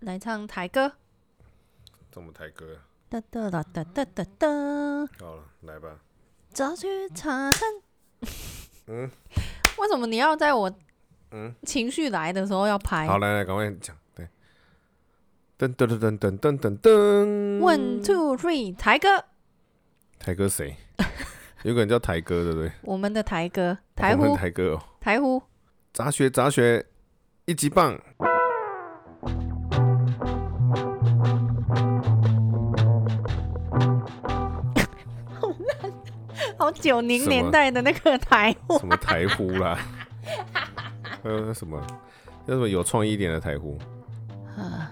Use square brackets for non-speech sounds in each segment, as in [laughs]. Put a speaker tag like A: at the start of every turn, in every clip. A: 来唱台歌。
B: 怎么抬歌啊？
A: 哒哒哒哒哒哒哒，
B: 好了，来吧。
A: 走去茶站。
B: [laughs] 嗯，
A: 为什么你要在我
B: 嗯
A: 情绪来的时候要拍
B: 好，来来，赶快讲。对，噔噔噔噔噔噔噔。
A: ？One two three，台歌，
B: 台哥谁？有个人叫台哥，对不对？
A: 我们的台歌， [laughs] 台
B: 我们
A: 呼，
B: 台哥哦。
A: 台呼。
B: 杂学杂学，一
A: [laughs]
B: 级棒。
A: 好九零
B: 什么
A: 年代的那个台呼，
B: 什么台呼
A: [laughs]
B: 啦？还有那什么，那什么有创意一点的台呼？
A: 啊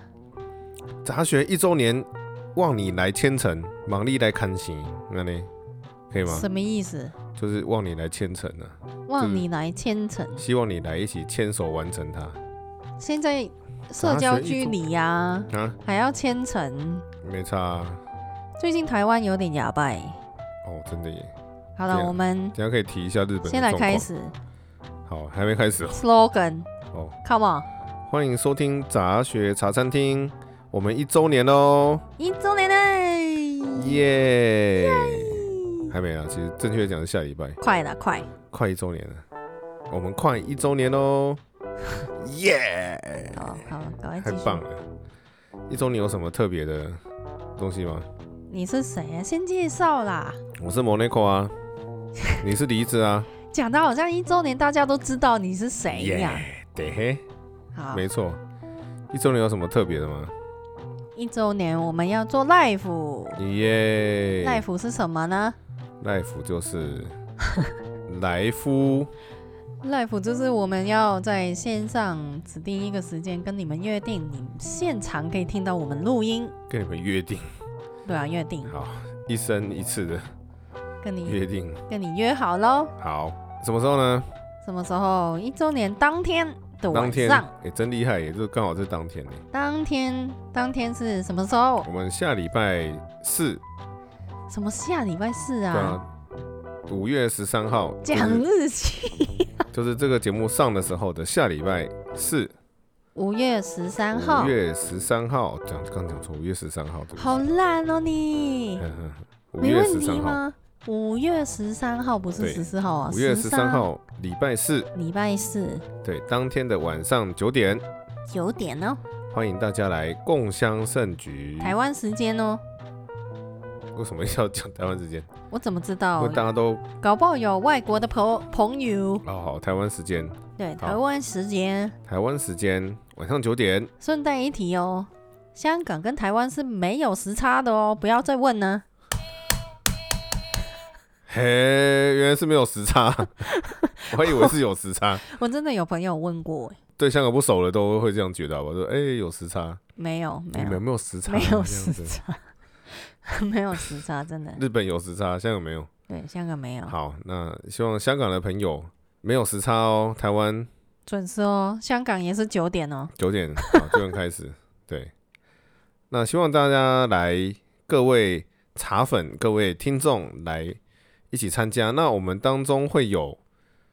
B: 杂学一周年，望你来千层，忙力来看行，那呢？可以吗？
A: 什么意思？
B: 就是望你来千层啊，
A: 望你来千层。
B: 希望你来一起牵手完成它
A: 现在社交距离呀、
B: 啊，
A: 还要千层。
B: 没差、啊、
A: 最近台湾有点哑巴欸。
B: 哦，真的耶。
A: 好了，
B: 对啊
A: 我们
B: 等一下可以提一下日本的
A: 先来
B: 状
A: 开
B: 况。
A: 始
B: 好，还没开始哦。
A: slogan，come
B: 哦
A: on，
B: 欢迎收听杂学茶餐厅，我们一周年喽，
A: 一周年嘞！
B: 耶、还没啊，其实正确地讲是下礼拜，
A: 快了，快！
B: 快一周年了，我们快一周年喽，耶、
A: 好哦好，赶快
B: 太
A: 继续。
B: 棒了！一周年有什么特别的东西吗？
A: 你是谁啊？先介绍啦。
B: 我是 Monaco 啊，你是梨
A: [laughs]
B: 子啊，
A: 讲到好像一周年，大家都知道你是谁一样。
B: 对嘿，
A: 好，
B: 没错。一周年有什么特别的吗？
A: 一周年我们要做 live，live
B: 耶、
A: 是什么呢
B: 赖夫就是 [laughs] 来夫，
A: ？live 就是我们要在线上指定一个时间跟你们约定，你现场可以听到我们录音。
B: 跟你们约定，
A: 对啊，约定
B: 好，一生一次的
A: 跟你
B: 约定，
A: 跟你约好喽。
B: 好，什么时候呢？
A: 什么时候？一周年当天的
B: 当
A: 晚
B: 天，
A: 上。
B: 哎、真厉害耶，这刚好是当天耶
A: 当天，当天是什么时候
B: 我？们下礼拜四，
A: 什么下礼拜四
B: 对
A: 啊？
B: 啊，五月十三号，就
A: 讲
B: 是
A: 日期，
B: 就是这个节目上的时候的下礼拜四，
A: 五月十三号
B: 五。月十三号，讲刚讲错，五月十三号，呃对不起
A: 好烂哦你，
B: 呵呵五
A: 没
B: 月
A: 问
B: 十
A: 题
B: 三号，
A: 吗？五月十三号不是
B: 对
A: 十四号啊？
B: 五月十三
A: 13，
B: 号礼拜四，
A: 礼拜四
B: 对，当天的晚上九点，
A: 九点哦，
B: 欢迎大家来共襄盛举。
A: 台湾时间哦。
B: 为什么要讲台湾时间？
A: 我怎么知
B: 因
A: 道
B: 为？大家都
A: 搞不好有外国的朋朋友，
B: 哦好，台湾时间，
A: 对，
B: 好
A: 台湾时间。
B: 台湾时间晚上九点，
A: 顺带一提哦，香港跟台湾是没有时差的哦，不要再问呢。
B: 嘿，原来是没有
A: [laughs]
B: 时差，我还以为是有时差。
A: 我真的有朋友问过欸，
B: 对香港不熟的都会这样觉得吧？我说哎、有时差，
A: 没有，没
B: 你们有
A: 有，
B: 没有时差？
A: 没有
B: 这
A: 时
B: 样子。
A: 差，没有时差，真
B: [laughs]
A: 的。
B: 日本有时差，香港没有。
A: 对，香港没有，
B: 好，那希望香港的朋友没有时差哦。台湾
A: 准时哦。香港也是九点哦。
B: 九点好九点开始，对。那希望大家来，各位茶粉、各位听众来一起参加。那我们当中会有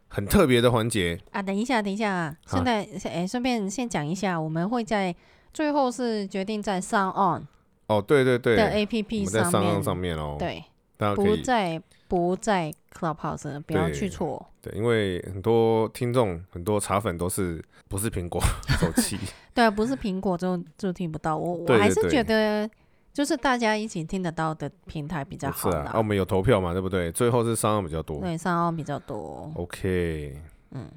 B: 很特别的环节，
A: 啊，等一下，等一下啊，
B: 好
A: 现在哎，顺便先讲一下，我们会在最后是决定在 s On
B: 哦，对对对，
A: 的
B: 我
A: APP
B: 们在
A: 上
B: 上岸
A: 面，
B: 上面哦，
A: 对，
B: 大家可
A: 不
B: 以
A: 在不在 Clubhouse，了不要
B: 对
A: 去错。
B: 对，因为很多听众、很多茶粉都是不是苹果手
A: [laughs]
B: 机，
A: 对啊，不是苹果就就听不到，我我
B: 对
A: 还
B: 对
A: 是
B: 对
A: 觉得就是大家一起听得到的平台比较
B: 是
A: 好
B: 啊，啊，我
A: 啦。
B: 们有投票嘛，对不对？最后是上岸比较多。
A: 对，上 On 比较多。
B: 哦 OK，
A: 嗯，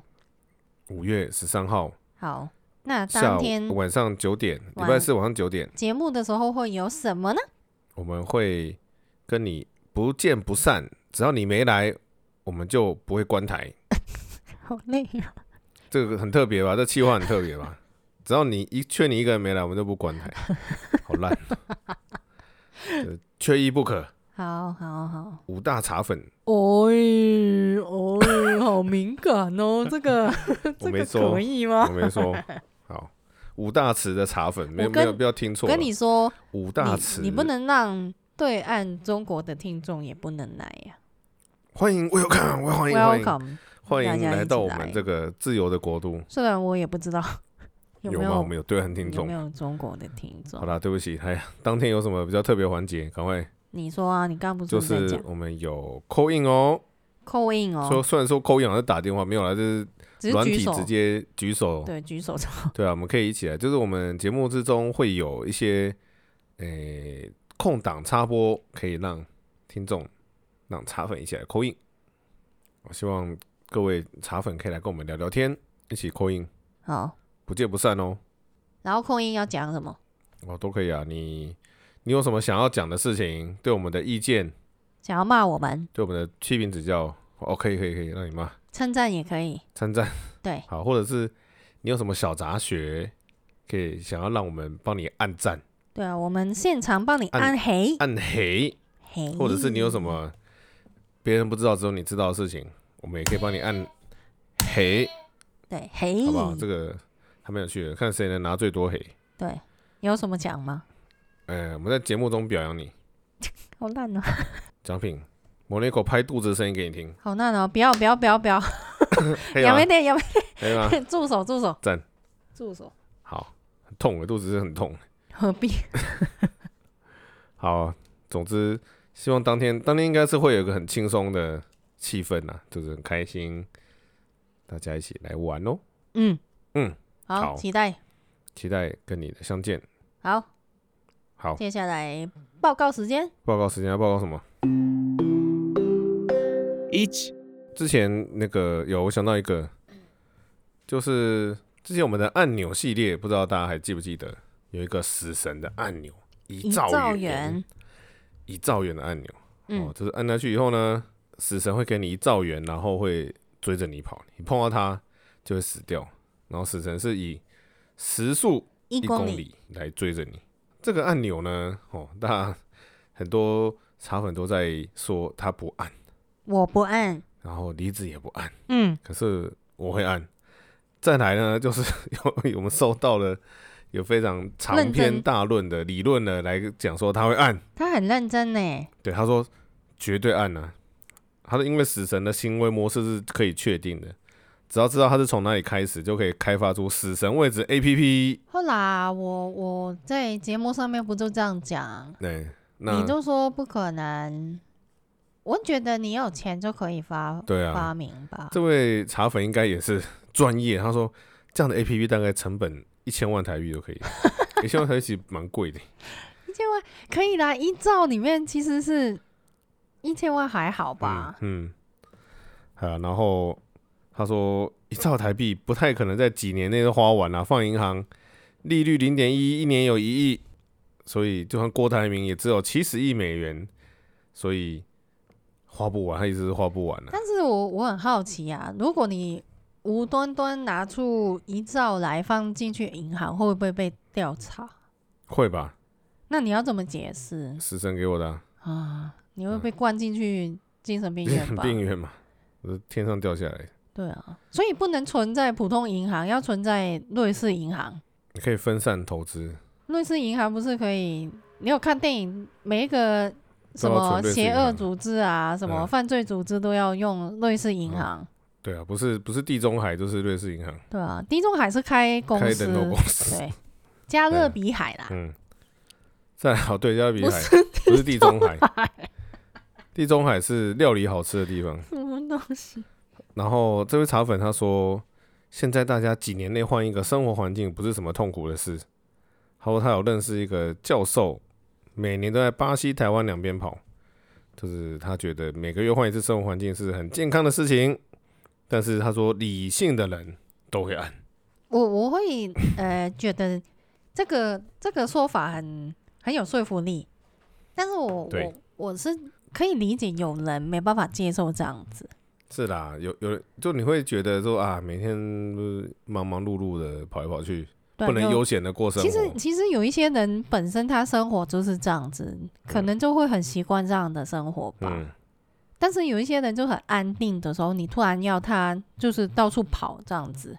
B: 五月十三号
A: 好，那
B: 下
A: 当天
B: 午晚上九点，礼
A: 晚
B: 拜四晚上九点，
A: 节目的时候会有什么呢？
B: 我们会跟你不见不散。只要你没来，我们就不会关台。
A: 好累啊！
B: 这个很特别吧？这计划很特别吧？ [laughs] 只要你一缺你一个人没来，我们就不关台。
A: [laughs]
B: 好烂，呃缺一不可。
A: 好好好，
B: 五大茶粉，
A: 哦耶哦耶，好敏感哦， [laughs] 这个
B: [laughs] 我
A: 这
B: 没
A: 个
B: 说
A: 可，以吗
B: 我？没说。好，五大池的茶粉，没有
A: 我
B: 没
A: 跟
B: 有，不要听错了。
A: 跟你说，
B: 五大池，
A: 你你不能让对岸中国的听众也不能来呀、
B: 欢迎 welcome，欢迎欢迎
A: Welcome，
B: 欢
A: 大
B: 迎
A: 家一
B: 来
A: 起
B: 到我
A: 来
B: 们这个自由的国度。
A: 虽然我也不知道 [laughs] 有
B: 有
A: 没
B: 吗？我
A: 有
B: 们有对岸听
A: 有
B: 众
A: 没。有中国的听众
B: 好？啦，对不起，还当天有什么比较特别环节？赶快，
A: 你说啊，你刚不
B: 就是
A: 在
B: 是
A: 讲
B: 我们有扣印哦。
A: 扣印
B: 说
A: 哦，
B: 虽然说扣印好像是打电话，没有啦，就是
A: 只是
B: 软
A: 举
B: 体
A: 手，
B: 直接举手。
A: 对，举手操，
B: 对啊，我们可以一起来。就是我们节目之中会有一些诶、空档插播，可以让听众让茶粉一起来扣印。我希望各位茶粉可以来跟我们聊聊天，一起扣印，
A: 好，
B: 不见不散哦。
A: 然后扣印要讲什么？
B: 哦，都可以啊。你你有什么想要讲的事情，对我们的意见，
A: 想要骂我们，
B: 对我们的批评指教，哦，可以可以可以，让你骂
A: 称赞也可以，
B: 称赞
A: 对，
B: [laughs] 好，或者是你有什么小杂学，可以想要让我们帮你按赞
A: 对啊，我们现场帮你
B: 按
A: 按黑
B: 按黑。
A: 黑，
B: 或者是你有什么别人不知道只有你知道的事情，我们也可以帮你按黑，
A: 对黑
B: 好不好？这个还蛮有趣的，看谁能拿最多黑。
A: 对，你有什么讲吗？
B: 呃，我们在节目中表扬你，
A: 好烂哦，
B: 奖品某一口拍肚子的声音给你听，
A: 好烂哦！不要不要不要不要！
B: 可以
A: 杨
B: 吗
A: 梅？店，杨梅
B: 可以吗？
A: [laughs] 店，住手住手！
B: 赞，
A: 住手！
B: 啊好，很痛，我肚子是很痛。
A: 何必？
B: 好，总之希望当天当天应该是会有一个很轻松的气氛呐、就是很开心，大家一起来玩哦，
A: 嗯
B: 嗯，
A: 好，
B: 好
A: 期待。
B: 期待跟你的相见。
A: 好，
B: 好，
A: 接下来报告时间。
B: 报告时间要报告什么？
C: each
B: 之前那个有我想到一个，就是之前我们的按钮系列，不知道大家还记不记得有一个死神的按钮，一兆元，，一兆元的按钮、哦
A: 嗯，，
B: 就是按下去以后呢，死神会给你一兆元，然后会追着你跑，你碰到他就会死掉，然后死神是以时速
A: 一
B: 一
A: 公
B: 公里来追着你。这个按钮呢，哦，大家很多茶粉都在说他不按，
A: 我不按。
B: 然后离子也不按。
A: 嗯，
B: 可是我会按。再来呢，就是 [laughs] 有我们收到了有非常长
A: 认
B: 篇
A: 真
B: 大论的理论呢，来讲说他会按，
A: 他很认真呢。
B: 对他说绝对按呢、他的因为死神的行为模式是可以确定的，只要知道他是从哪里开始，就可以开发出死神位置 A P P。
A: 后来啊我我在节目上面不就这样讲，
B: 对，哎那
A: 你就说不可能。我觉得你有钱就可以发
B: 对啊，
A: 发明吧。
B: 这位茶粉应该也是专业，他说这样的 A P P 大概成本一千万台币就可以
A: [laughs]
B: 了，一千万台币其实蛮贵的。
A: 一千万可以啦，一兆里面其实是一千万还好吧？
B: 嗯，嗯啊，然后他说一兆台币不太可能在几年内都花完了、放银行利率零点一，一年有一亿，所以就算郭台铭也只有七十亿美元，所以花不完，他一直是花不完啊了、
A: 但是我我很好奇啊，如果你无端端拿出一兆来放进去银行，会不会被调查？
B: 会吧？
A: 那你要怎么解释
B: 死神给我的、啊、
A: 啊？你会被灌进去精神病院吧？
B: 病院嘛，我是天上掉下来，
A: 对啊，所以不能存在普通银行，要存在瑞士银行。
B: 你可以分散投资，
A: 瑞士银行不是可以？你有看电影？每一个什
B: 都要存
A: 么
B: 瑞士
A: 邪
B: 银
A: 恶
B: 行
A: 组织啊，什么
B: 嗯
A: 犯罪组织都要用瑞士银行。
B: 对啊，不是不是地中海就是瑞士银行
A: 对啊，地中海是开公
B: 开
A: 司，
B: 人头公司，
A: 对，加勒比海啦，
B: 嗯，再来好，对，加勒比
A: 不
B: 海不是地中海，地中海是料理好吃的地方。
A: 什么东西？
B: 然后这位茶粉他说，现在大家几年内换一个生活环境不是什么痛苦的事。他说他有认识一个教授，每年都在巴西、台湾两边跑，就是他觉得每个月换一次生活环境是很健康的事情。但是他说，理性的人都会按，
A: 我我会呃觉得这个这个说法很很有说服力，但是我我
B: 对
A: 我是可以理解有人没办法接受这样子，
B: 是啦，有有人就你会觉得说啊，每天呃忙忙碌碌的跑来跑去，
A: 对啊，
B: 不能
A: 就
B: 悠闲的过生活。
A: 其实其实有一些人本身他生活就是这样子，可能就会很习惯这样的生活吧。
B: 嗯，
A: 但是有一些人就很安定的时候，你突然要他就是到处跑这样子，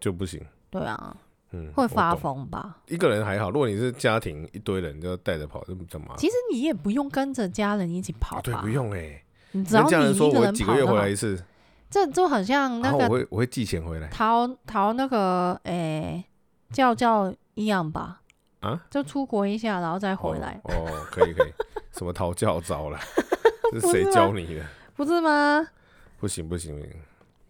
B: 就不行。
A: 对啊，
B: 嗯，
A: 会
B: 我
A: 发
B: 懂。
A: 疯吧？
B: 一个人还好，如果你是家庭一堆人，就要带着跑，就比较麻烦。
A: 其实你也不用跟着家人一起跑吧，
B: 啊，对，不用哎、
A: 你只
B: 跟
A: 要
B: 家
A: 你
B: 人
A: 一
B: 说，
A: 个
B: 我
A: 人
B: 几
A: 跑
B: 个月
A: 的
B: 回来
A: 话，
B: 一次，
A: 这就很像那
B: 然后我
A: 个
B: 会我会寄钱回来。
A: 逃逃那个诶、叫叫一样吧？
B: 啊，
A: 就出国一下，然后再回来，
B: 哦哦，可以可以， [laughs] 什么逃教
A: [laughs]
B: 招啦？这
A: 不
B: 谁
A: 是啊
B: 教
A: 吗
B: 你的？
A: 不是吗？
B: 不行不行不行，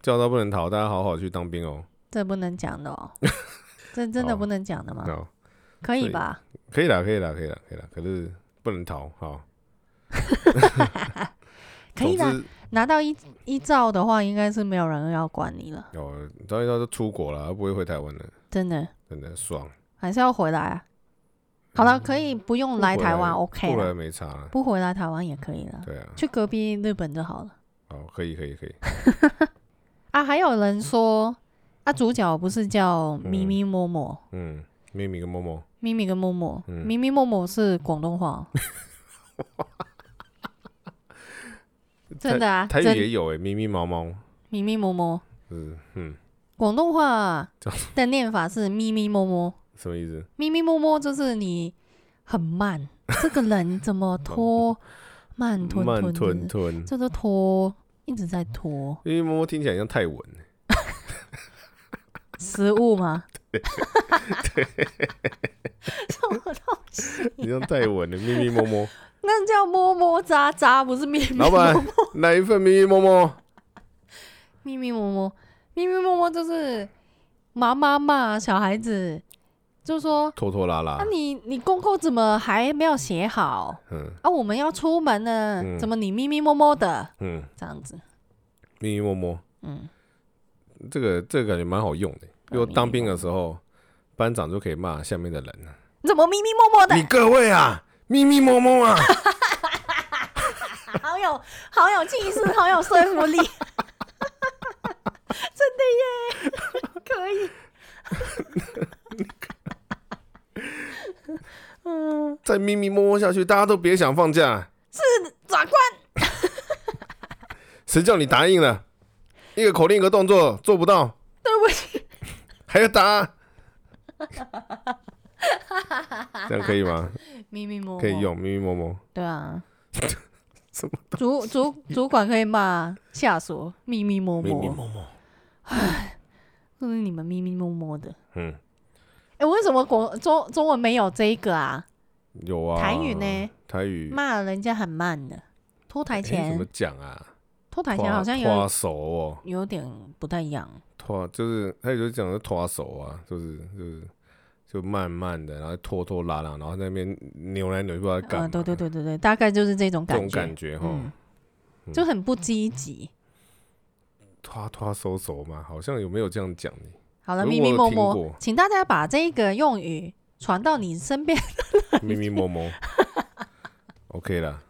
B: 教招不能逃，大家好好去当兵哦。
A: 这不能讲的
B: [laughs]
A: 哦，这真的
B: 好
A: 不能讲的吗？
B: 好，
A: 可以
B: 所以
A: 吧？
B: 哦可以啦，可以啦，可以啦，可以啦，可是不能逃。好，
A: 可以
B: 总
A: 的，
B: 之
A: 拿到一一照的话，应该是没有人要管你了，
B: 哦，招一招就出国了，不会回台湾的，
A: 真的，
B: 真的爽。
A: 还是要回来啊。好了，可以不用来
B: 嗯不回
A: 台湾
B: 来
A: ，OK
B: 不
A: 了
B: 来，没差了。
A: 不回来台湾也可以了，
B: 对啊，
A: 去隔壁日本就好了。
B: 好，可以可以可以。
A: 啊，还有人说，啊，主角不是叫咪咪默默，
B: 嗯，咪咪跟默默，
A: 咪咪跟默默，
B: 嗯
A: 咪咪默默是广东话哦，真的啊，
B: [laughs] 台语
A: 真
B: 也有欸诶，咪咪毛毛，
A: 咪咪默默，
B: 嗯嗯，
A: 广东话
B: [laughs] 叫
A: 的念法是咪咪默默，
B: 什么意思？
A: 咪咪默默就是你很
B: [laughs]
A: 慢，这个人怎么拖，慢嗯吞
B: 慢
A: 吞
B: 吞
A: 的，
B: 吞，
A: 这都拖，一直在拖，
B: 咪咪摸摸听起来像泰文，欸
A: 食物吗？什么东西？
B: 你像泰文的咪咪摸
A: [laughs]
B: 摸，
A: 那叫摸摸扎扎，不是咪咪
B: 老板来一份咪咪摸摸。
A: 咪咪摸摸，咪咪摸摸就是妈妈骂小孩子，就说
B: 拖拖拉
A: 啊
B: 拉，
A: 你你功课怎么还没有写好
B: 嗯
A: 啊？我们要出门呢，
B: 嗯
A: 怎么你咪咪摸摸的
B: 嗯，
A: 这样子？
B: 咪咪摸摸，
A: 嗯，
B: 这个这个感觉蛮好用的。
A: 咪咪
B: 因为当兵的时候，班长就可以骂下面的人啊
A: 你怎么咪咪摸摸的
B: 你？各位啊，咪咪摸摸啊，
A: 好有好有气势，好有说服力，真的 [laughs] 耶，可以。嗯，
B: 再咪咪摸摸下去，大家都别想放假，
A: 长官，
B: 谁叫你答应了？一个口令一个动作做不到，
A: 对不起，
B: 还要打， [laughs] 这样可以吗？
A: 咪咪摸摸
B: 可以用咪咪摸摸，，
A: 对啊
B: [laughs] 什么
A: 主主主管可以骂下属秘密摸
B: 咪咪
A: 摸，
B: 摸摸，
A: 就是你们秘密摸摸的。
B: 嗯，
A: 哎、为什么国中中文没有这一个啊？
B: 有啊。
A: 台语呢？
B: 台语
A: 骂人家很慢的，拖台
B: 哎怎么
A: 前，
B: 讲啊？
A: 拖台前好像
B: 拖
A: 有
B: 手哦。
A: 有点不太一样。
B: 拖就是他有时候讲的拖手啊，就是就是就慢慢的，然后拖拖拉拉，然后在那边扭来扭去，不知道在干嘛、
A: 啊，对对对对对，大概就是这种
B: 这
A: 感
B: 种
A: 觉，
B: 感觉哈，
A: 嗯，
B: 哦嗯
A: 就很不积极。
B: 拖拖手手嘛，好像有没有这样讲呢？
A: [laughs] 好了，
B: 可是
A: 秘
B: 我
A: 密
B: 有
A: 摸
B: 听
A: 摸
B: 过，
A: 请大家把这个用语传到你身边。
B: 咪咪摸摸，OK 啦，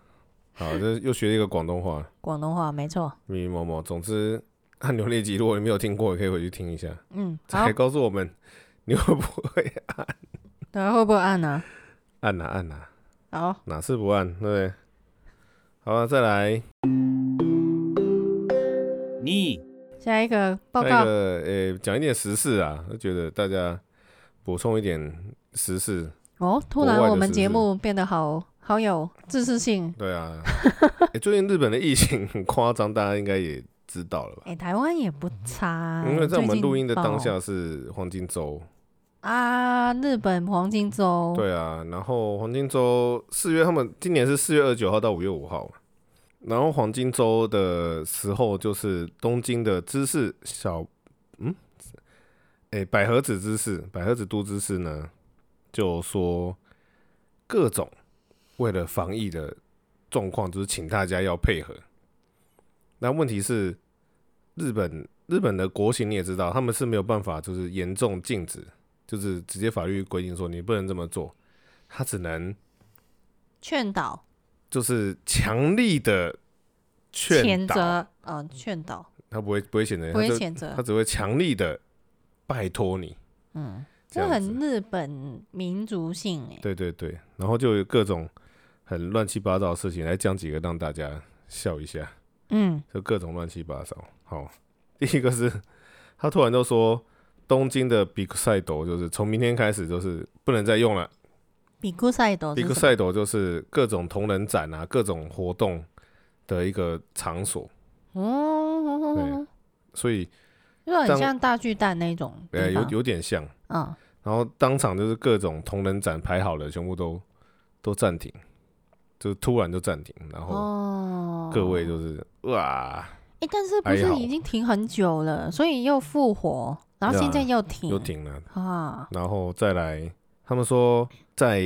B: 好，这又学了一个广东话，
A: 广东话没错，
B: 咪咪摸摸。总之，按钮那集如果你没有听过，也可以回去听一下，
A: 嗯，好
B: 才，告诉我们你会不会
A: 等下会不会按呢、
B: 按哪按哪，
A: 好。
B: 哪次不按，对不对？好啊，再来
C: 2
A: 下一个报
B: 那
A: 告，
B: 个呃，讲、一点时事啊，就觉得大家补充一点时事，
A: 哦，突
B: 国
A: 然
B: 外
A: 我
B: 的
A: 们
B: 时
A: 节
B: 事
A: 目变得好好有自视性。
B: 对啊。欸最近日本的疫情很夸张，大家应该也知道
A: [laughs]
B: 了吧？
A: 哎、台湾也不差，
B: 因为在我
A: 啊最
B: 们
A: 近哦
B: 录音的
A: 爆
B: 当下是黄金周，
A: 啊，日本黄金周，
B: 对啊。然后黄金周四月，他们今年是四月二十九号到五月五号嘛，然后黄金周的时候就是东京的知识小，嗯，哎、百合子知识，百合子都知识呢，就说各种为了防疫的状况，就是请大家要配合。那问题是，日本日本的国情你也知道，他们是没有办法就是严重禁止，就是直接法律规定说你不能这么做，他只能
A: 劝导、
B: 就是强力的劝
A: 谴
B: 导，
A: 责，嗯，劝导
B: 他不会不会谴责你，
A: 不会
B: 他就
A: 谴
B: 他
A: 责，
B: 只会强力的拜托你
A: 嗯，这
B: 这样
A: 很
B: 子。
A: 日本民族性哎、
B: 对对对，然后就有各种很乱七八糟的事情，来讲几个让大家笑一下，
A: 嗯，
B: 就各种乱七八糟。好，第一个是他突然就说，东京的比克赛斗就是从明天开始就是不能再用了。
A: 比库赛斗哦是
B: 比
A: 什
B: 克
A: 么
B: 赛斗就是各种同人展啊，各种活动的一个场所，
A: 哦，
B: 所以
A: 就很
B: 当
A: 像大巨蛋那种地
B: 呃有
A: 方，
B: 有点像。
A: 嗯，
B: 然后当场就是各种同人展排好了，全部都都暂停，就是突然就暂停，然后
A: 哦，
B: 各位就是、哇
A: 哎，但是不
B: 还
A: 是
B: 好
A: 已经停很久了，所以又复活，然后
B: 对啊
A: 现在又停，
B: 又停了，
A: 啊，
B: 然后再来，他们说在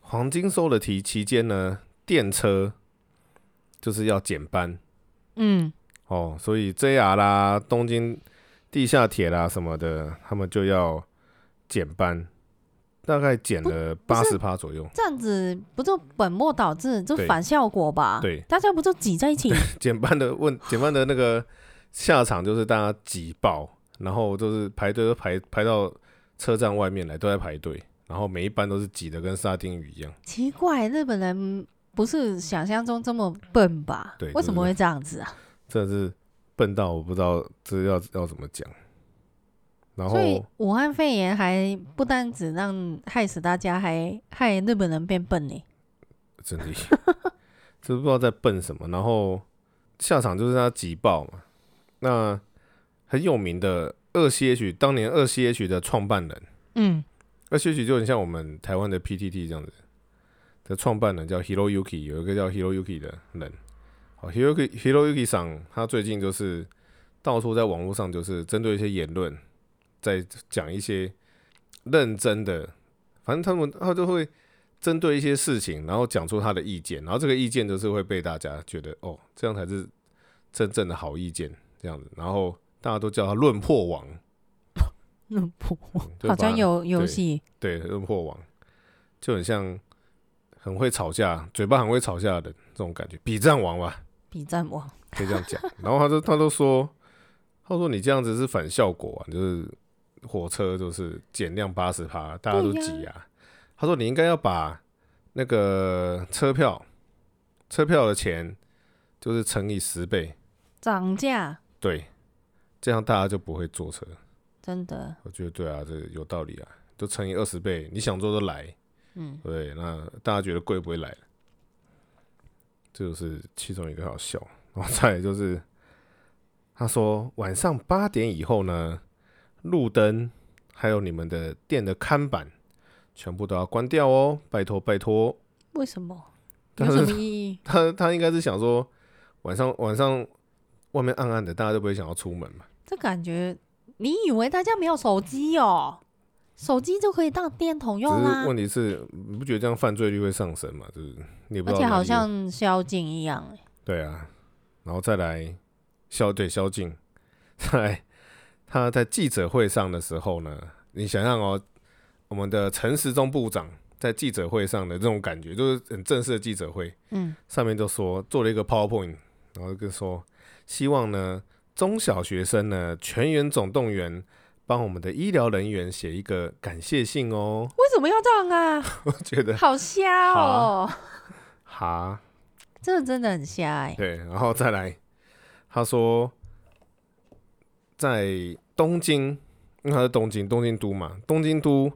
B: 黄金周的期期间呢，电车就是要减班
A: 嗯，
B: 哦，所以 JR 啦、东京地下铁啦什么的，他们就要减班，大概减了
A: 不
B: 八
A: 不
B: 十趴左右， [laughs]
A: 这样子不就本末倒置，就
B: 对
A: 反效果吧？
B: 对
A: 大家不就挤在一起？
B: 减班的问减班的那个下场就是大家挤爆，然后就是排队都排排到车站外面来，都在排队，然后每一班都是挤得跟沙丁鱼一样。
A: [laughs] 奇怪，日本人不是想象中这么笨吧？
B: 对
A: 为什么
B: 就是
A: 会这样子啊？
B: 真的是笨到我不知道这要要怎么讲。然
A: 所以
B: 后
A: 武汉肺炎还不单只让害死大家，还害日本人变笨呢。
B: 真的， [laughs] 这不知道在笨什么。然后下场就是他挤爆嘛。那很有名的二 CH，当年二 CH 的创办人，
A: 嗯，
B: 二 CH 就很像我们台湾的 PTT 这样子的创办人叫 Hiroyuki，有一个叫 Hiroyuki 的人。好，Hiroyuki Hiroyuki 上，他最近就是到处在网络上就是针对一些言论，在讲一些认真的，反正他们他就会针对一些事情，然后讲出他的意见，然后这个意见就是会被大家觉得哦，这样才是真正的好意见这样子，然后大家都叫他论破王，
A: 那 [laughs] 不好
B: 就把
A: 像
B: 他
A: 有游
B: 对
A: 戏
B: 对，论破王就很像很会吵架，嘴巴很会吵架的人这种感觉，比战王吧，
A: 比战王，
B: 可以这样讲。然后他就他都说，他说你这样子是反效果啊，就是火车就是减量八十趴，大家都挤
A: 对
B: 啊。他说你应该要把那个车票车票的钱就是乘以十倍，
A: 涨价
B: 对，这样大家就不会坐车。
A: 真的，
B: 我觉得对啊，这个有道理啊，就乘以二十倍，你想坐就来。
A: 嗯，
B: 对，那大家觉得贵不会来了，这就是其中一个好笑。然后再来就是，他说晚上八点以后呢，路灯还有你们的店的看板全部都要关掉哦，拜托拜托。
A: 为什么？有
B: 但是
A: 什么意义？
B: 他他应该是想说，晚上晚上外面暗暗的，大家都不会想要出门嘛。
A: 这感觉，你以为大家没有手机哦？手机就可以当电筒
B: 只
A: 用啊啦
B: 是，问题是，你不觉得这样犯罪率会上升嘛？就是你也不
A: 而
B: 知道
A: 且
B: 哪
A: 好
B: 里有
A: 像宵禁一样欸。
B: 对啊，然后再来萧对萧敬， [laughs] 再来他在记者会上的时候呢，你想想哦，我们的陈时中部长在记者会上的这种感觉，就是很正式的记者会，
A: 嗯，
B: 上面就说做了一个 PowerPoint，然后就说希望呢中小学生呢全员总动员。帮我们的医疗人员写一个感谢信哦， [laughs]
A: 为什么要这样啊？
B: 我觉得
A: 好瞎哦，
B: 啊哈，
A: 这个真的很瞎哎、
B: 对，然后再来，他说在东京，因为他是东京东京都嘛，东京都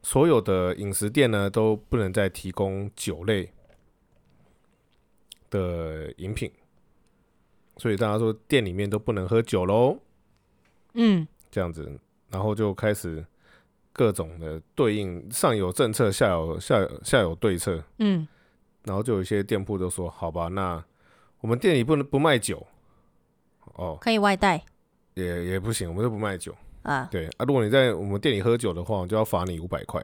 B: 所有的饮食店呢都不能再提供酒类的饮品，所以大家说店里面都不能喝酒喽，
A: 嗯，
B: 这样子，然后就开始各种的对应上有政策，下有下有下有对策，
A: 嗯，
B: 然后就有一些店铺就说：“好吧，那我们店里不能不卖酒，哦，
A: 可以外带
B: 也也不行，我们都不卖酒。
A: 啊，
B: 对啊，如果你在我们店里喝酒的话，我们就要罚你五百块。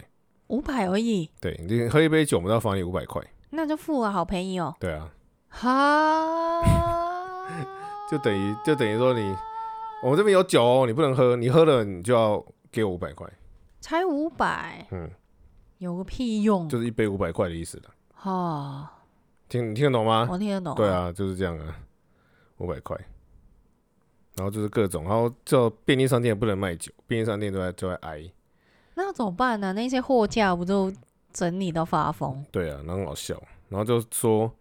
A: 五百而已，
B: 对你喝一杯酒，我们都要罚你五百块。
A: 那就付啊，好便宜哦。
B: 对啊，
A: 哈，
B: [laughs] 就等于就等于说你我们这边有酒哦，你不能喝，你喝了你就要给我五百块，
A: 才五百，
B: 嗯，
A: 有个屁用啊
B: 就是一杯五百块的意思了。
A: 哦，
B: 听你听得懂吗？
A: 我听得懂。
B: 对，啊，就是这样啊，五百块。”然后就是各种，然后叫便利商店也不能卖酒，便利商店都在都在挨，
A: 那要怎么办呢、那些货架不就整理到发疯？
B: 对啊，然后很好笑，然后就说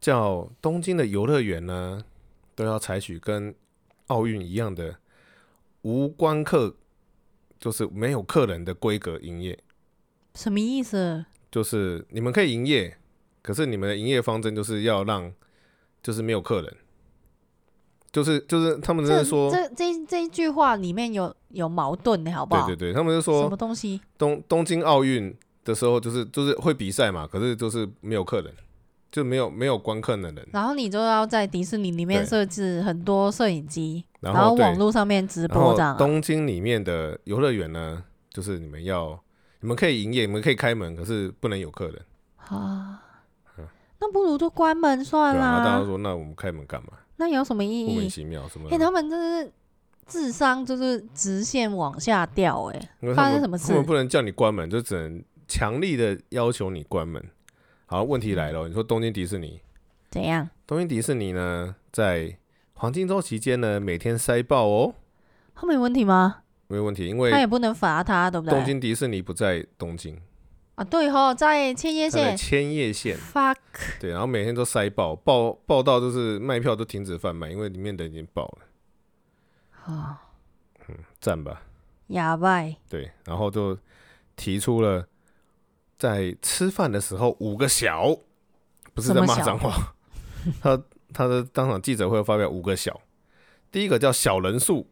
B: 叫东京的游乐园呢，都要采取跟奥运一样的无观客，就是没有客人的规格营业，
A: 什么意思？
B: 就是你们可以营业，可是你们的营业方针就是要让就是没有客人，就是就是他们在
A: 这
B: 说，
A: 这这这一句话里面有有矛盾的好不
B: 对
A: 好？
B: 对对，他们就
A: 什
B: 说
A: 么东西？
B: 东东京奥运的时候，就是就是会比赛嘛，可是就是没有客人，就没有没有观看的人，
A: 然后你就要在迪士尼里面
B: 对
A: 设置很多摄影机，
B: 然
A: 后
B: 后对
A: 网络上面直
B: 然
A: 播
B: 后
A: 这样啊、
B: 东京里面的游乐园呢，就是你们要你们可以营业，你们可以开门，可是不能有客人，
A: 啊，那不如就关门算
B: 嗯对吧、
A: 啦、
B: 啊？那大家说，那我们开门干嘛？
A: 那有什么意
B: 莫名
A: 义？
B: 其妙什么
A: 哎、？他们真是智商就是直线往下掉、哎，
B: 因为
A: 发
B: 他
A: 生什
B: 们
A: 么事
B: 他们不能叫你关门，就只能强力的要求你关门。好，问题来了，你说东京迪士尼，
A: 怎样？
B: 东京迪士尼呢，在黄金周期间呢，每天塞爆哦，
A: 他们有问题吗？
B: 没有问题，因
A: 他
B: 为
A: 也不能罚他，对不
B: 东
A: 对？
B: 京迪士尼不在东京，
A: 啊，对吼，在千叶
B: 它在
A: 县
B: 千叶县，
A: ，fuck，
B: 对，然后每天都塞爆，爆爆到就是卖票都停止贩卖，因为里面人已经爆了，
A: 啊，
B: 赞吧，
A: 哑巴，
B: 对，然后就提出了在吃饭的时候五个小，不是在
A: 什么
B: 骂
A: 小
B: 脏话，他他的当场记者会发表五个小，第一个叫小人数，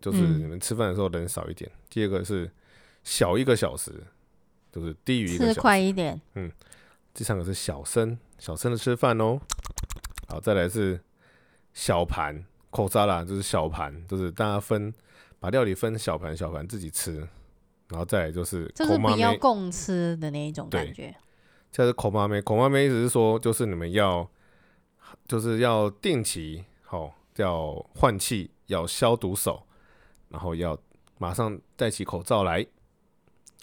B: 就是
A: 嗯
B: 你们吃饭的时候人少一点；第二个是小一个小时，就是低于一个
A: 吃
B: 小
A: 快
B: 时；
A: 一点，
B: 第三个是小声小声的吃饭哦。好，再来是小盘口沙啦，就是小盘，就是大家分把料理分小盘小盘自己吃，然后再来就是
A: 就是不
B: komame
A: 要共吃的那一种
B: 对
A: 感觉。
B: 这是口妈妹，口妈妹意思是说，就是你们要，就是要定期，好、要换气，要消毒手，然后要马上戴起口罩来，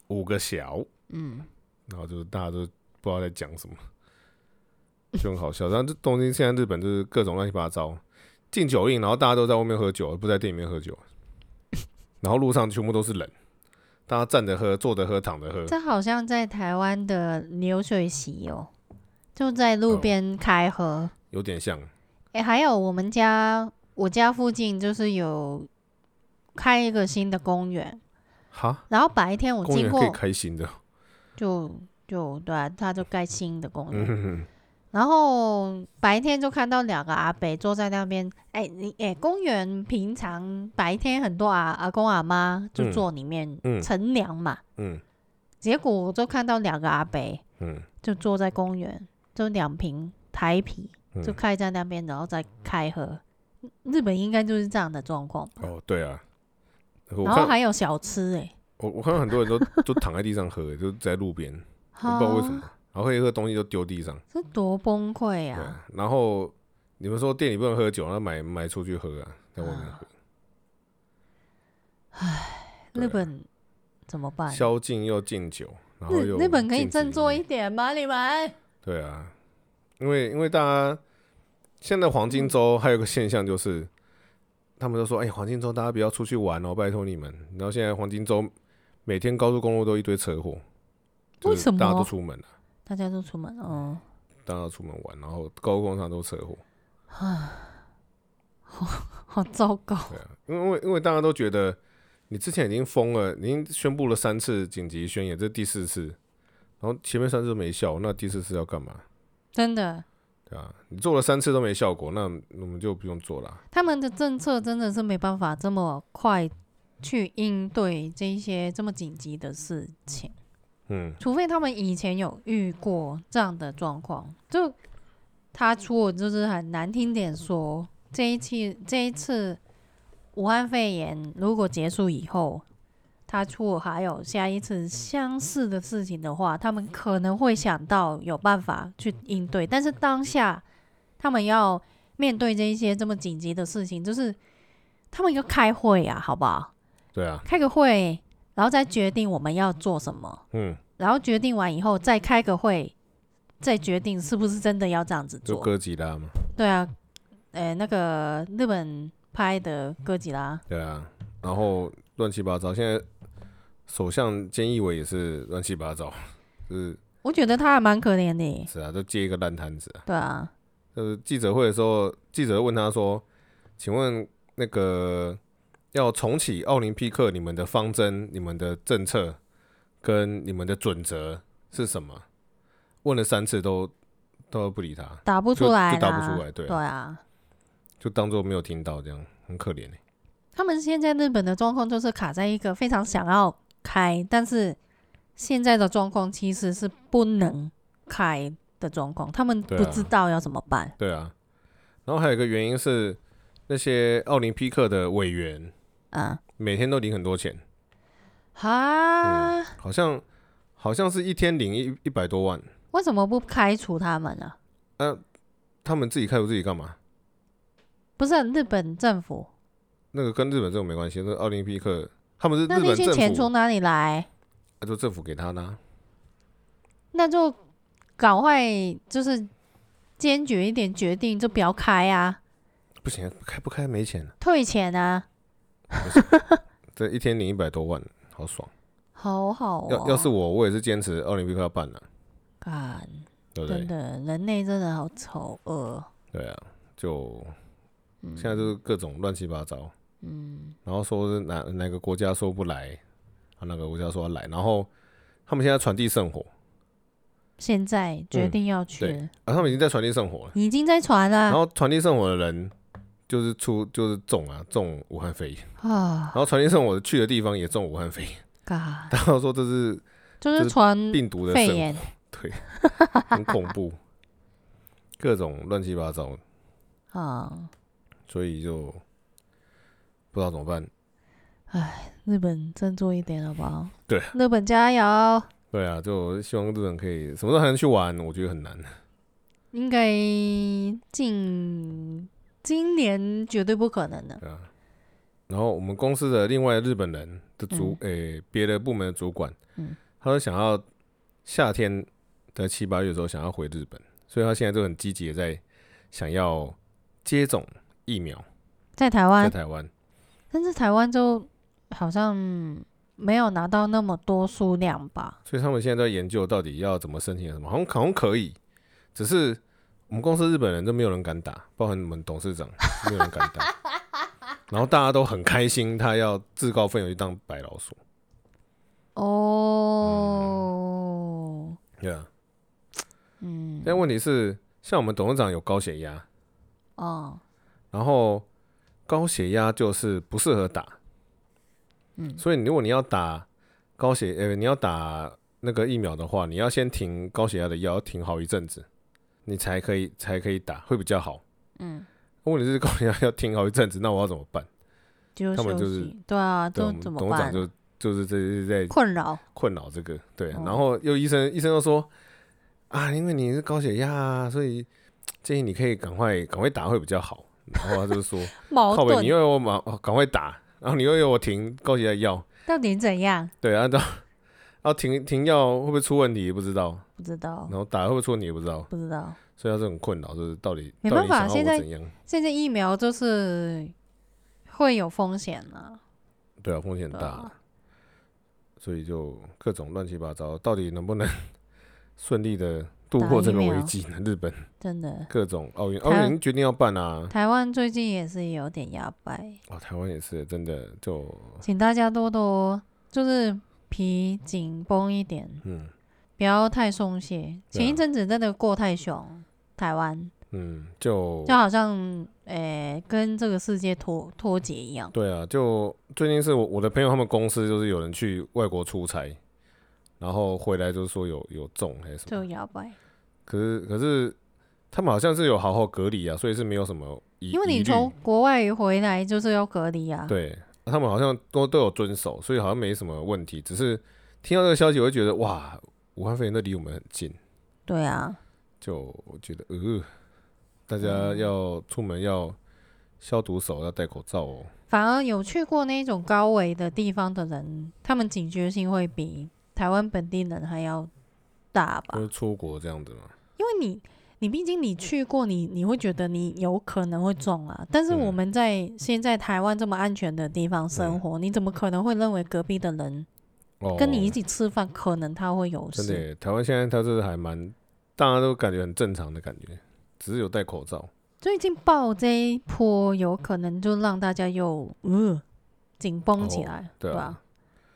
B: 五个小，
A: 嗯，
B: 然后就是大家都不知道在讲什么，就很好笑。然后这东京现在日本就是各种乱七八糟，禁酒令，然后大家都在外面喝酒，不在店里面喝酒，然后路上全部都是人，大家站着喝，坐着喝，躺着喝，
A: 这好像在台湾的流水席哦，就在路
B: 哦
A: 边开喝。
B: 有点像，
A: 哎、还有我们家，我家附近就是有开一个新的公园，
B: 哈，
A: 然后白天我
B: 公
A: 哦经
B: 园可以
A: 过，哦
B: 开心的。
A: 就就对啊，他就盖新的公
B: 嗯
A: 园，
B: 哼哼，
A: 然后白天就看到两个阿伯坐在那边。哎、你哎、公园平常白天很多阿阿公阿妈就
B: 嗯
A: 坐里面
B: 嗯
A: 乘凉嘛，
B: 嗯
A: 结果我就看到两个阿伯，
B: 嗯，
A: 就坐在公园，就两瓶台啤，
B: 嗯
A: 就开在那边，然后再开喝。日本应该就是这样的状况吧。
B: 哦，对啊，我
A: 然后
B: 看
A: 还有小吃哎、
B: 我我看到很多人都都躺在地上喝，欸就在路边，我不知道为什么，
A: 哦
B: 然后喝一喝东西都丢地上。
A: 这多崩溃
B: 对
A: 啊！
B: 啊，然后你们说店里不能喝酒，那买买出去喝啊，在外面喝，对啊
A: 日本怎么办？
B: 宵禁又禁酒，然后
A: 日
B: 又
A: 日本可以
B: 禁止
A: 振作
B: 饮
A: 一
B: 酒
A: 点吗？你们
B: 对啊，因为因为大家现在黄金
A: 嗯
B: 周还有个现象就是，他们都说，哎、黄金周大家不要出去玩哦，拜托你们。然后现在黄金周每天高速公路都一堆车祸，就
A: 为
B: 是
A: 什么
B: 大家都出门了、
A: 大家都出门哦，
B: 大家都出门玩，然后高速公路上都车祸。
A: [laughs] 好糟糕。
B: 对啊，因为因为大家都觉得你之前已经封了，你已经宣布了三次紧急宣言，这是第四次，然后前面三次都没效，那第四次要干嘛？
A: 真的，
B: 对啊，你做了三次都没效果，那我们就不用做了啊。
A: 他们的政策真的是没办法这么快去应对这一些这么紧急的事情。
B: 嗯，
A: 除非他们以前有遇过这样的状况，就他除了就是很难听点说，这一期这一次武汉肺炎如果结束以后，他除了还有下一次相似的事情的话，他们可能会想到有办法去应对，但是当下他们要面对这一些这么紧急的事情，就是他们要开会呀、好不好？
B: 对啊，
A: 开个会，然后再决定我们要做什么。
B: 嗯，
A: 然后决定完以后再开个会，再决定是不是真的要这样子
B: 就
A: 做。
B: 哥吉拉嘛，
A: 对啊，诶，那个日本拍的哥吉拉，
B: 对啊，然后乱七八糟。现在首相菅义伟也是乱七八糟， [laughs] 就是
A: 我觉得他还蛮可怜的耶。
B: 是啊，就接一个烂摊子啊。
A: 对啊，
B: 就是记者会的时候，记者问他说：“请问那个要重启奥林匹克，你们的方针、你们的政策跟你们的准则是什么？”问了三次都都不理他，
A: 打不
B: 就
A: 出来
B: 就答不
A: 啦
B: 出来对啊
A: 对啊，
B: 就当做没有听到，这样很可怜欸
A: 他们现在日本的状况就是卡在一个非常想要开，但是现在的状况其实是不能开的状况，他们
B: 对
A: 不
B: 啊
A: 知道要怎么办。
B: 对啊，然后还有一个原因是那些奥林匹克的委员
A: 嗯，
B: 每天都领很多钱，
A: 啊哈，
B: 好像好像是一天领一一百多万，
A: 为什么不开除他们啊呢、
B: 他们自己开除自己干嘛？
A: 不是日本政府，
B: 那个跟日本政府没关系，那个奥林匹克他们是日
A: 那那
B: 本
A: 些钱
B: 政
A: 从
B: 府，
A: 哪里来？
B: 啊就政府给他的啊、
A: 那就搞坏，就是坚决一点决定，就不要开啊，
B: 不行，开不开没钱啊、
A: 退钱啊，
B: 这一天领一百多万，好爽。
A: 好好、哦。
B: 要要是我，我也是坚持奥林匹克要办了、
A: 干，
B: 对不
A: 真
B: 对？
A: 的人类真的好丑恶。
B: 对啊，就
A: 嗯
B: 现在就是各种乱七八糟，
A: 嗯，
B: 然后说是哪哪个国家说不来，啊哪个国家说要来，然后他们现在传递圣火，
A: 现在决
B: 嗯
A: 定要去，
B: 对啊，他们已经在传递圣火了，
A: 已经在传
B: 然
A: 了
B: 后传递圣火的人就是出就是中啊中武汉肺炎，
A: 啊
B: 然！后传递圣火去的地方也中武汉肺炎， [laughs]
A: 嘎，
B: 然后说这是
A: [laughs] 就
B: 就是是
A: 传
B: 病毒的
A: 肺
B: 圣火，
A: 炎，
B: 对，很恐怖，各种乱七八糟，
A: 啊！
B: 所以就不知道怎么办。
A: 日本振作一点好不好？
B: [laughs] 对，
A: 日本加油！
B: 对啊，就希望日本可以什么时候还能去玩，我觉得很难。
A: 应该近今年绝对不可能的。
B: 对啊。然后我们公司的另外日本人的主，诶、别的部门的主管，
A: 嗯
B: 他说想要夏天的七八月的时候想要回日本，所以他现在就很积极的在想要接种疫苗，
A: 在台
B: 在
A: 湾，
B: 台湾，
A: 但是台湾就好像没有拿到那么多数量吧？
B: 所以他们现在在研究到底要怎么申请什么，好像好像可以，只是我们公司日本人都没有人敢打，包含我们董事长 [laughs] 没有人敢打，然后大家都很开心，他要自告奋勇去当白老鼠，
A: 哦，
B: 对啊。
A: 嗯，
B: 但问题是，像我们董事长有高血压，
A: 哦，
B: 然后高血压就是不适合打，
A: 嗯
B: 所以如果你要打高血，呃，你要打那个疫苗的话，你要先停高血压的药，要停好一阵子，你才可以才可以打，会比较好。
A: 嗯，
B: 问题是高血压要停好一阵子，那我要怎么办？
A: 就
B: 他们
A: 休
B: 就是
A: 息，对啊，
B: 对，
A: 都
B: 我们
A: 怎么
B: 董事
A: 办
B: 长？就就是这是在
A: 困扰，
B: 困扰这个，对，啊
A: 哦
B: 然后又医生医生又说啊，因为你是高血压啊，所以建议你可以赶快赶快打会比较好。然后他就说，
A: 矛
B: 靠北，你
A: 盾
B: 又要我马哦赶快打，然后你又要我停高血压药，
A: 到底怎样？
B: 对，然后到要停停药会不会出问题也不知道，
A: 不知道
B: 然，后打会不会出问题也不知道，
A: 不知道。
B: 所以他是很困扰，就是到底
A: 没
B: 到底
A: 办法
B: 想要
A: 现在
B: 我怎样？
A: 现在疫苗就是会有风险啊，
B: 对啊，风险
A: 对
B: 很
A: 啊
B: 大，所以就各种乱七八糟，到底能 [laughs] 不能顺利的度
A: 打
B: 过
A: 疫
B: 这个危
A: 苗
B: 机呢？日本。
A: 真的。
B: 各种奥运，
A: 台
B: 奥运已经决定要办啊！
A: 台湾最近也是有点摇摆，
B: 哦，台湾也是，真的就
A: 请大家多多就是皮紧绷一点，
B: 嗯
A: 不要太松懈。
B: 对啊
A: 前一阵子真的过太凶，台湾
B: 嗯，就
A: 就好像诶、呃跟这个世界脱脱节一样。
B: 对啊，就最近是我我的朋友他们公司就是有人去外国出差，然后回来就说有有中还是什
A: 就
B: 么，
A: 摇摆，
B: 可是可是他们好像是有好好隔离啊，所以是没有什么疑
A: 因为你
B: 疑虑
A: 从国外回来就是要隔离啊。
B: 对他们好像都都有遵守，所以好像没什么问题，只是听到这个消息，我会觉得哇，武汉肺炎那离我们很近。
A: 对啊，
B: 就我觉得，呃，大家
A: 嗯
B: 要出门要消毒手，要戴口罩哦。
A: 反而有去过那种高危的地方的人，他们警觉性会比台湾本地人还要大吧
B: 就？是出国这样子嘛，
A: 因为你，你毕竟你去过，你你会觉得你有可能会中啊。但是
B: 嗯
A: 我们在现在台湾这么安全的地方生活，你怎么可能会认为隔壁的人
B: 哦，
A: 跟你一起吃饭，可能他会有
B: 真的
A: 事？
B: 耶，台湾现在它是还蛮，大家都感觉很正常的感觉，只是有戴口罩。
A: 最近爆这一波，有可能就让大家又呃紧绷起
B: 哦
A: 来，
B: 对啊
A: 吧、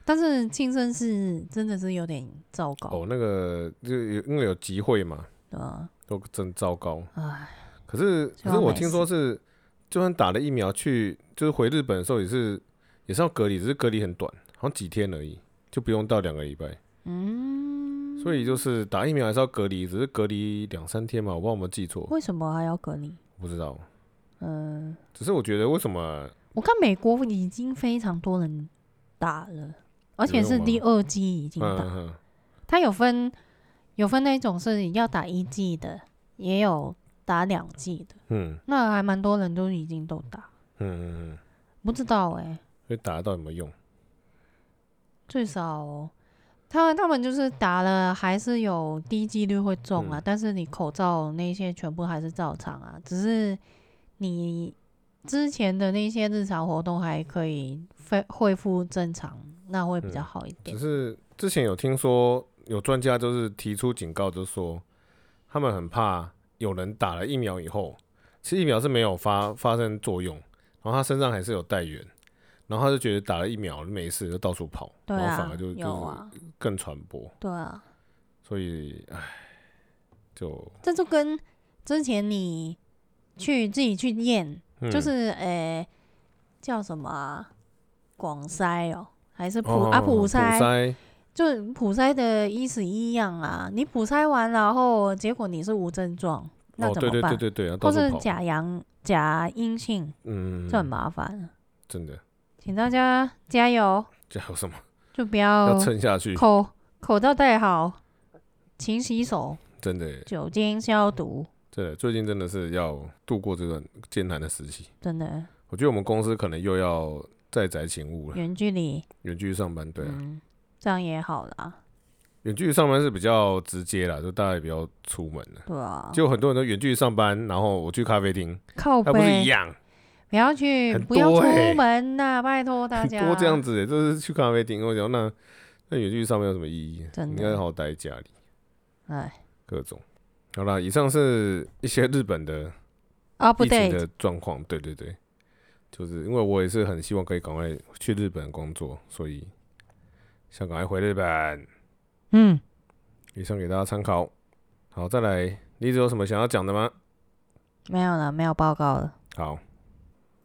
A: 但是庆生是真的是有点糟糕，
B: 哦，那个就有因为有集会嘛，
A: 对吧？啊
B: 都真糟糕。
A: 唉，
B: 可是
A: 希
B: 可
A: 望
B: 是我
A: 没
B: 听说是就算打了疫苗去，就是回日本的时候也是也是要隔离，只是隔离很短，好像几天而已，就不用到两个礼拜。嗯，所以就是打疫苗还是要隔离，只是隔离两三天嘛，我不知道有没有记错，
A: 为什么还要隔离？
B: 不知道。
A: 嗯、
B: 只是我觉得为什么
A: 我看美国已经非常多人打了，而且是
B: 有用吗
A: 第二季已经
B: 嗯
A: 打。
B: 嗯嗯
A: 它有分有分那种是要打一剂的，也有打两剂的。
B: 嗯
A: 那还蛮多人都已经都打，
B: 嗯嗯嗯，
A: 不知道哎、
B: 所以打得到有没有用？
A: 最少他们他们就是打了，还是有低几率会中啊，
B: 嗯
A: 但是你口罩那些全部还是照常啊，只是你之前的那些日常活动还可以恢恢复正常，那会比较
B: 嗯
A: 好一点
B: 只。是之前有听说有专家就是提出警告，就是说他们很怕有人打了疫苗以后，其实疫苗是没有发发生作用，然后他身上还是有带源，然后他就觉得打了疫苗没事，就到处跑，
A: 对
B: 然后反
A: 啊
B: 而就，
A: 有
B: 就是
A: 啊，
B: 更传播，
A: 对啊，
B: 所以唉，就
A: 这就跟之前你去自己去验，
B: 嗯
A: 就是诶、叫什么啊广筛哦，还是普、
B: 哦
A: 啊普
B: 普
A: 筛？
B: 筛
A: 就是普筛的意思一样啊。你普筛完，然后结果你是无症状，那
B: 哦，
A: 怎
B: 对
A: 么
B: 对
A: 办？
B: 对对对，要到
A: 或
B: 处
A: 是
B: 跑，
A: 假阳、假阴性，
B: 嗯，
A: 这很麻烦。
B: 真的，
A: 请大家加油，
B: 这还有什么
A: 就不
B: 要
A: 要
B: 撑下去？
A: 口口罩戴好，勤洗手，
B: 真的耶，
A: 酒精消毒，
B: 真的，最近真的是要度过这段艰难的时期。
A: 真的
B: 我觉得我们公司可能又要再宅勤务了，
A: 远距离，
B: 远距离上班，对啊，
A: 嗯，这样也好啦，
B: 远距离上班是比较直接啦，就大家也不要出门了。
A: 对啊，
B: 就很多人都远距离上班，然后我去咖啡厅，
A: 靠
B: 那不是一
A: 背，
B: 样，
A: 不要去，
B: 很
A: 不要
B: 多
A: 出
B: 欸
A: 门呐、拜托大
B: 很
A: 家，
B: [laughs] 多这样子、欸，就是去咖啡厅。我讲那那远距离上班有什么意义？
A: 真的
B: 你应该好好待在家里，
A: 哎
B: 各种。好啦，以上是一些日本的
A: 啊，不
B: 疫情
A: 对，
B: 的状况，对对对，就是因为我也是很希望可以赶快去日本工作，所以想赶快回日本。
A: 嗯。
B: 以上给大家参考。好，再来，你有什么想要讲的吗？
A: 没有了，没有报告了。
B: 好，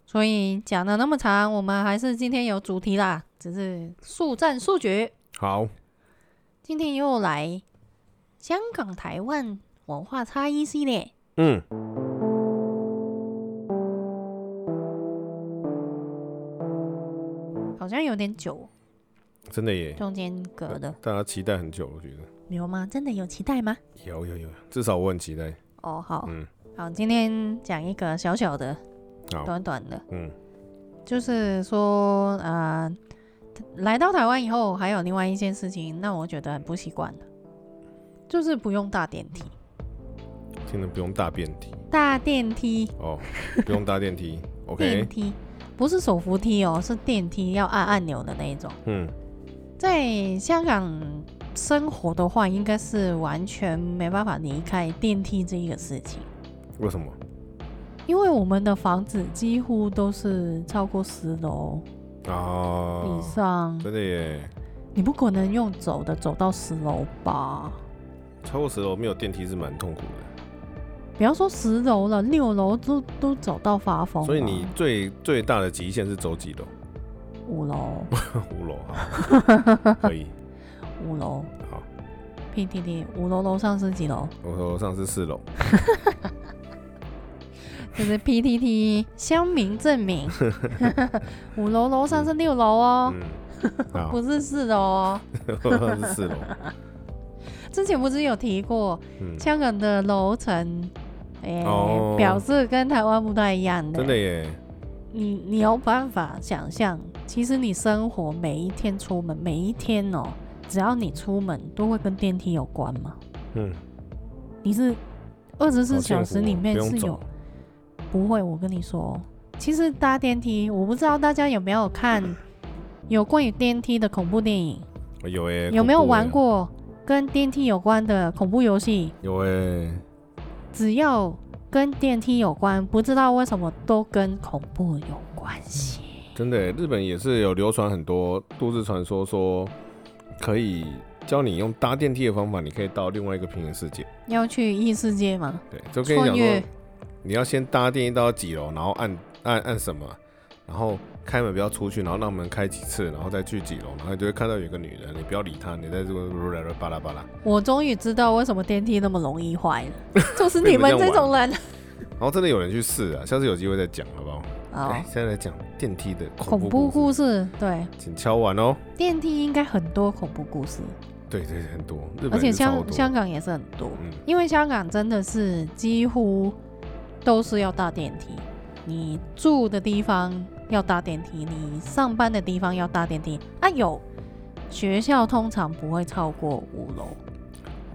A: 所以讲了那么长，我们还是今天有主题啦，只是速战速决。
B: 好，
A: 今天又来香港、台湾文化差异系列。
B: 嗯，
A: 好像有点久，
B: 真的耶，
A: 中间隔的
B: 大家期待很久了，我觉得
A: 有吗？真的有期待吗？
B: 有有有，至少我很期待。
A: 哦，好
B: 嗯，
A: 好，今天讲一个小小的、
B: 好，
A: 短短的，
B: 嗯
A: 就是说，呃，来到台湾以后，还有另外一件事情，让我觉得很不习惯的，就是不用搭电梯。
B: 听着不用搭电梯
A: 搭电梯，
B: [laughs] 哦，不用搭电梯
A: 电
B: ，OK，
A: 梯不是手扶梯哦，是电梯要按按钮的那一种。
B: 嗯，
A: 在香港生活的话，应该是完全没办法离开电梯这一个事情，
B: 为什么？
A: 因为我们的房子几乎都是超过十楼以
B: 哦，
A: 上，
B: 真的耶，
A: 你不可能用走的走到十楼吧？
B: 超过十楼没有电梯是蛮痛苦的，
A: 不要说十楼了，六楼都都走到发疯了。
B: 所以你最最大的极限是走几 [laughs] 楼？
A: 五楼、
B: [laughs] 五楼，好 [laughs] 可以，
A: 五楼
B: 好，
A: PDD 五楼楼上是几楼？
B: 我说上次四楼，
A: 就是 PTT 乡民证
B: [laughs]
A: 明，五楼楼上是六楼哦，
B: 嗯，好
A: 不，是四楼哦。
B: 是四楼，
A: 之前不是有提过
B: 嗯，
A: 香港的楼层，诶、
B: 哦
A: 表示跟台湾不太一样的。
B: [laughs] 真的耶，
A: 你你有办法想象，其实你生活每一天出门，每一天哦，只要你出门都会跟电梯有关吗？
B: 嗯，
A: 你是二十四
B: 好
A: 小
B: 幸福
A: 时
B: 哦
A: 里面
B: 不用
A: 是有
B: 走
A: 不会，我跟你说，哦其实搭电梯，我不知道大家有没有看有关于电梯的恐怖电影，
B: 有诶、
A: 有没有
B: 恐怖欸
A: 玩？过跟电梯有关的恐怖游戏？
B: 有诶、
A: 只要跟电梯有关，不知道为什么都跟恐怖有关系。
B: 真的欸、日本也是有流传很多都市传说，说可以教你用搭电梯的方法，你可以到另外一个平行世界。
A: 要去异世界吗？
B: 对，就跟你
A: 穿
B: 讲
A: 越
B: 说，你要先搭电梯到几楼，然后按按按什么，然后开门不要出去，然后让门开几次，然后再去几楼，然后你就会看到有一个女人，你不要理她，你在这个巴拉巴拉，
A: 我终于知道为什么电梯那么容易坏了，就是你们这种人。
B: 然后真的有人去试啊，下次有机会再讲好不好？
A: 哦
B: 哎，，现在来讲电梯的恐
A: 恐
B: 怖
A: 怖
B: 故
A: 故事，对，
B: 请敲完哦。
A: 电梯应该很多恐怖故事，
B: 对对，对很多，日本
A: 而且
B: 也是超
A: 香
B: 多
A: 香港也是很多，
B: 嗯，
A: 因为香港真的是几乎都是要搭电梯，你住的地方要搭电梯，你上班的地方要搭电梯。啊，有学校通常不会超过五楼，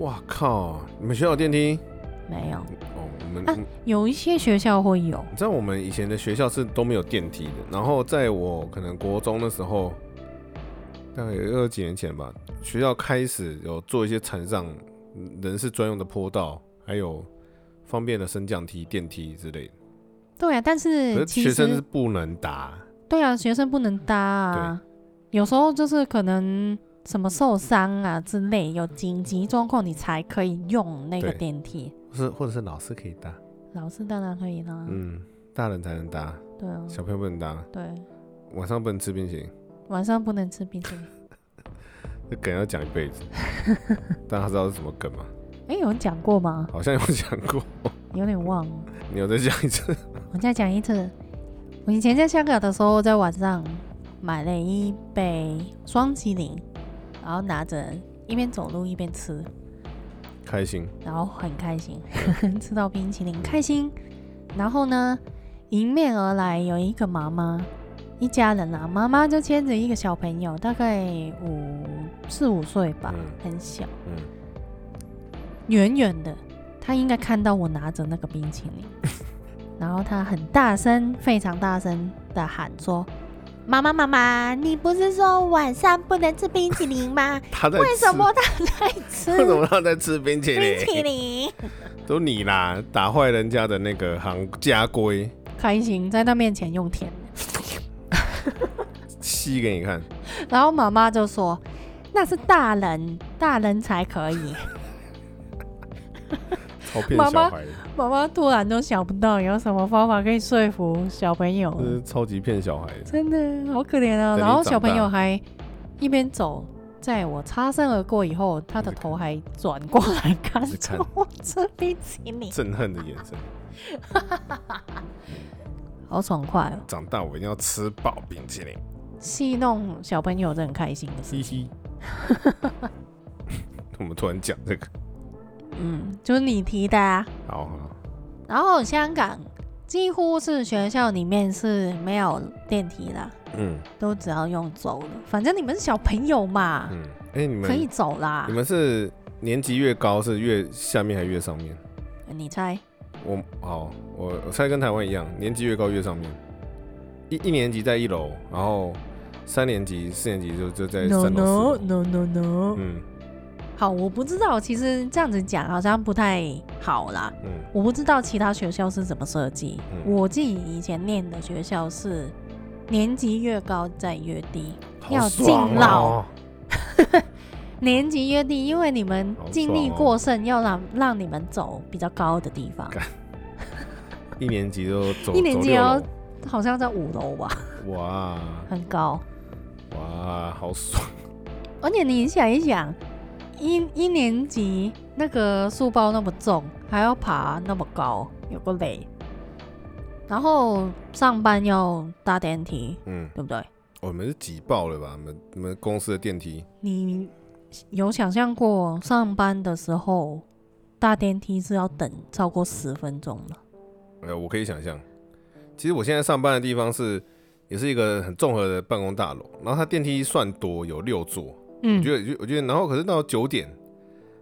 B: 哇靠，你们学校有电梯
A: 没有，
B: 哦？我们、
A: 啊有一些学校会有，
B: 你知道我们以前的学校是都没有电梯的，然后在我可能国中的时候，大概有二几年前吧，学校开始有做一些残障人士专用的坡道，还有方便的升降梯、电梯之类的。
A: 对啊，但
B: 可
A: 是
B: 是
A: 其
B: 学
A: 实
B: 生是不能搭，
A: 对啊，学生不能搭啊。有时候就是可能什么受伤啊之类，有紧急状况你才可以用那个
B: 对
A: 电梯。
B: 是或者是老师可以搭，
A: 老师当然可以啦，
B: 嗯，大人才能搭，
A: 对啊，
B: 小朋友不能搭，
A: 对，
B: 晚上不能吃冰淇淋，
A: 晚上不能吃冰淇淋。
B: 这梗要讲一辈子。 [laughs] 大家知道是什么梗吗？
A: 哎，有讲过吗？
B: 好像有讲过，
A: 有点忘了，
B: 你有再讲一次？
A: 我再讲一次。我以前在香港的时候，在晚上买了一杯双麒麟，然后拿着一边走路一边吃，
B: 开心，
A: 然后很开心， [laughs] 吃到冰淇淋开心。然后呢，迎面而来有一个妈妈，一家人啦、啊妈妈就牵着一个小朋友，大概五四五岁吧，
B: 嗯
A: 很小，
B: 嗯。
A: 远远的，他应该看到我拿着那个冰淇
B: [laughs]
A: 淋，然后他很大声，非常大声的喊说：“妈妈，妈妈，你不是说晚上不能吃冰淇淋吗？
B: 他 [laughs] 在
A: 为什
B: 吃
A: 么他在吃
B: 为什么他在吃冰淇淋？
A: 冰淇淋？”
B: 都你啦，打坏人家的那个行家规，
A: 开心，在他面前用甜的。
B: 吸给你看。
A: 然后妈妈就说：“那是大人，大人才可以。 [laughs]
B: 超骗
A: 妈妈哦
B: 小孩的，”
A: 妈妈突然都想不到有什么方法可以说服小朋友，
B: 这是超级骗小孩的。
A: 真的好可怜啊！
B: 等你
A: 然后小
B: 长大
A: 朋友还一边走，在我擦身而过以后，他的头还转过来看
B: 一直看
A: 着我吃冰淇淋，
B: 憎恨的眼神，
A: 好爽快哦！
B: 长大我一定要吃爆冰淇淋，
A: 戏弄小朋友是很开心的事
B: 嘻
A: 情。 [laughs]
B: 嘻。 [laughs] 我们突然讲这个，
A: 嗯，就是你提的啊。
B: 好好，
A: 然后香港几乎是学校里面是没有电梯的，
B: 嗯
A: 都只要用走的。反正你们是小朋友嘛，
B: 嗯，哎、你
A: 可以
B: 们
A: 走啦
B: 你。们是年级越高是越下面还越上面？
A: 你猜？
B: 我好，我我猜跟台湾一样，年级越高越上面，一一年级在一楼，然后三年级、四年级就就在三楼
A: No
B: 四楼
A: no no no no。
B: 嗯
A: 好，我不知道，其实这样子讲好像不太好啦。
B: 嗯
A: 我不知道其他学校是怎么设计。
B: 嗯，
A: 我自己以前念的学校是年级越高再越低，
B: 好
A: 要敬
B: 爽
A: 老
B: 哦，
A: 年级越低，因为你们
B: 好
A: 精
B: 爽
A: 力
B: 哦
A: 过剩，要让让你们走比较高的地方。
B: 一年级都走
A: 一年级
B: 走六楼
A: 哦好像在五楼吧，
B: 哇
A: 很高。
B: 哇，好爽！
A: 而且你想一想，一一年级那个书包那么重，还要爬那么高，有个累。然后上班要搭电梯，
B: 嗯，
A: 对不对？
B: 我们是挤爆了吧？我们我们公司的电梯
A: 你有想象过上班的时候搭电梯是要等超过十分钟吗？
B: 呃，我可以想象。其实我现在上班的地方是，也是一个很综合的办公大楼，然后它电梯算多，有六座，我
A: 嗯
B: 觉得，我觉得，然后可是到九点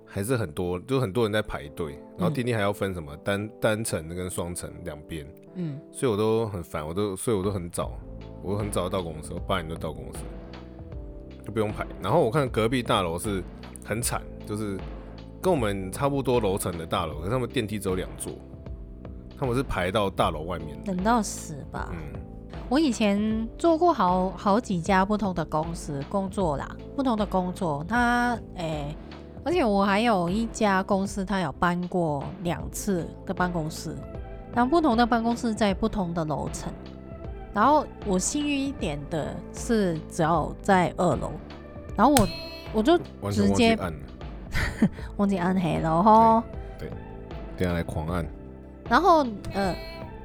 B: 还是很多，就是很多人在排队，然后
A: 嗯
B: 电梯还要分什么单单层跟双层两边，
A: 嗯，
B: 所以我都很烦，我都所以我都很早，我很早到公司，我八点就到公司，就不用排。然后我看隔壁大楼是很惨，就是跟我们差不多楼层的大楼，可是他们电梯只有两座，他们是排到大楼外面的，
A: 等到死吧。
B: 嗯，
A: 我以前做过好好几家不同的公司工作啦，不同的工作，他诶、而且我还有一家公司，他有搬过两次的办公室，然后不同的办公室在不同的楼层，然后我幸运一点的是，只要在二楼，然后我我就啊
B: 完全
A: 直
B: 忘记
A: 接
B: 按了，
A: 忘记暗黑了吼。
B: 等一下来狂按。
A: 然后呃，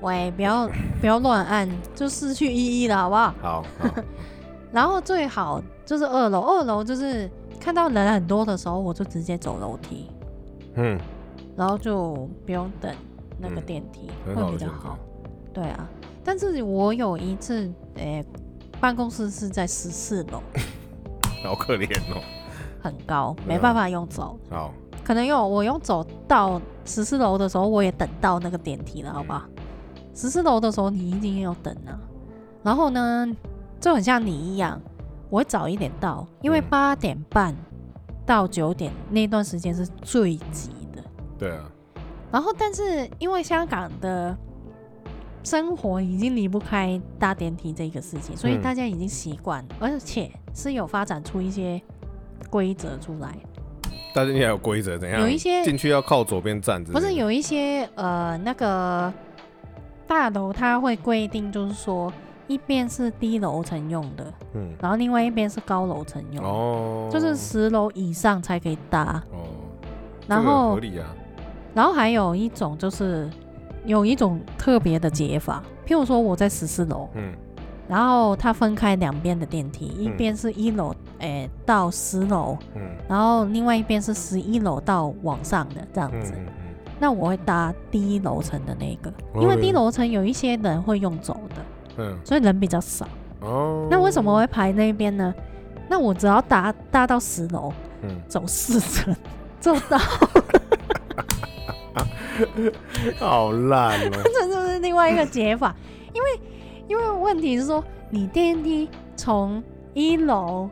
A: 喂，不要不要乱按，就失去意义了，好不好？
B: 好，好
A: [laughs] 然后最好就是二楼，二楼就是看到人很多的时候，我就直接走楼梯，
B: 嗯，
A: 然后就不用等那个
B: 嗯
A: 电梯，
B: 很好
A: 会比
B: 的选
A: 较
B: 择
A: 好。。对啊，但是我有一次，诶、办公室是在十四楼，
B: 好可怜哦。
A: 很高，
B: 嗯
A: 没办法用走。
B: 好，
A: 可能有我用走到十四楼的时候，我也等到那个电梯了，好吧？
B: 嗯
A: 十四楼的时候你一定要等啊。然后呢，就很像你一样，我会早一点到，因为
B: 嗯
A: 八点半到九点那段时间是最急的。
B: 对啊，
A: 然后，但是因为香港的生活已经离不开搭电梯这个事情，所以
B: 嗯
A: 大家已经习惯，而且是有发展出一些规则出来。
B: 大家也有规则，怎样？
A: 有一些
B: 进去要靠左边站之类
A: 不
B: 的，
A: 是有一些呃那个大楼，它会规定，就是说一边是低楼层用的，
B: 嗯
A: 然后另外一边是高楼层用的，
B: 哦，
A: 就是十楼以上才可以搭。
B: 哦，
A: 然
B: 这个
A: 后
B: 合，理啊，
A: 然后还有一种就是有一种特别的解法，譬如说我在十四楼，
B: 嗯
A: 然后它分开两边的电梯，一
B: 嗯
A: 边是一楼，诶、到十楼，
B: 嗯
A: 然后另外一边是十一楼到往上的这样
B: 嗯
A: 子。
B: 嗯嗯，
A: 那我会搭低楼层的那个，
B: 哦
A: 因为低楼层有一些人会用走的，
B: 嗯
A: 所以人比较少。
B: 哦，
A: 那为什么我会排那边呢？那我只要搭搭到十楼，
B: 嗯，
A: 走四层， [laughs] 走到
B: 好烂哦，
A: 这就是另外一个解法。因为因为问题是说，你电梯从一楼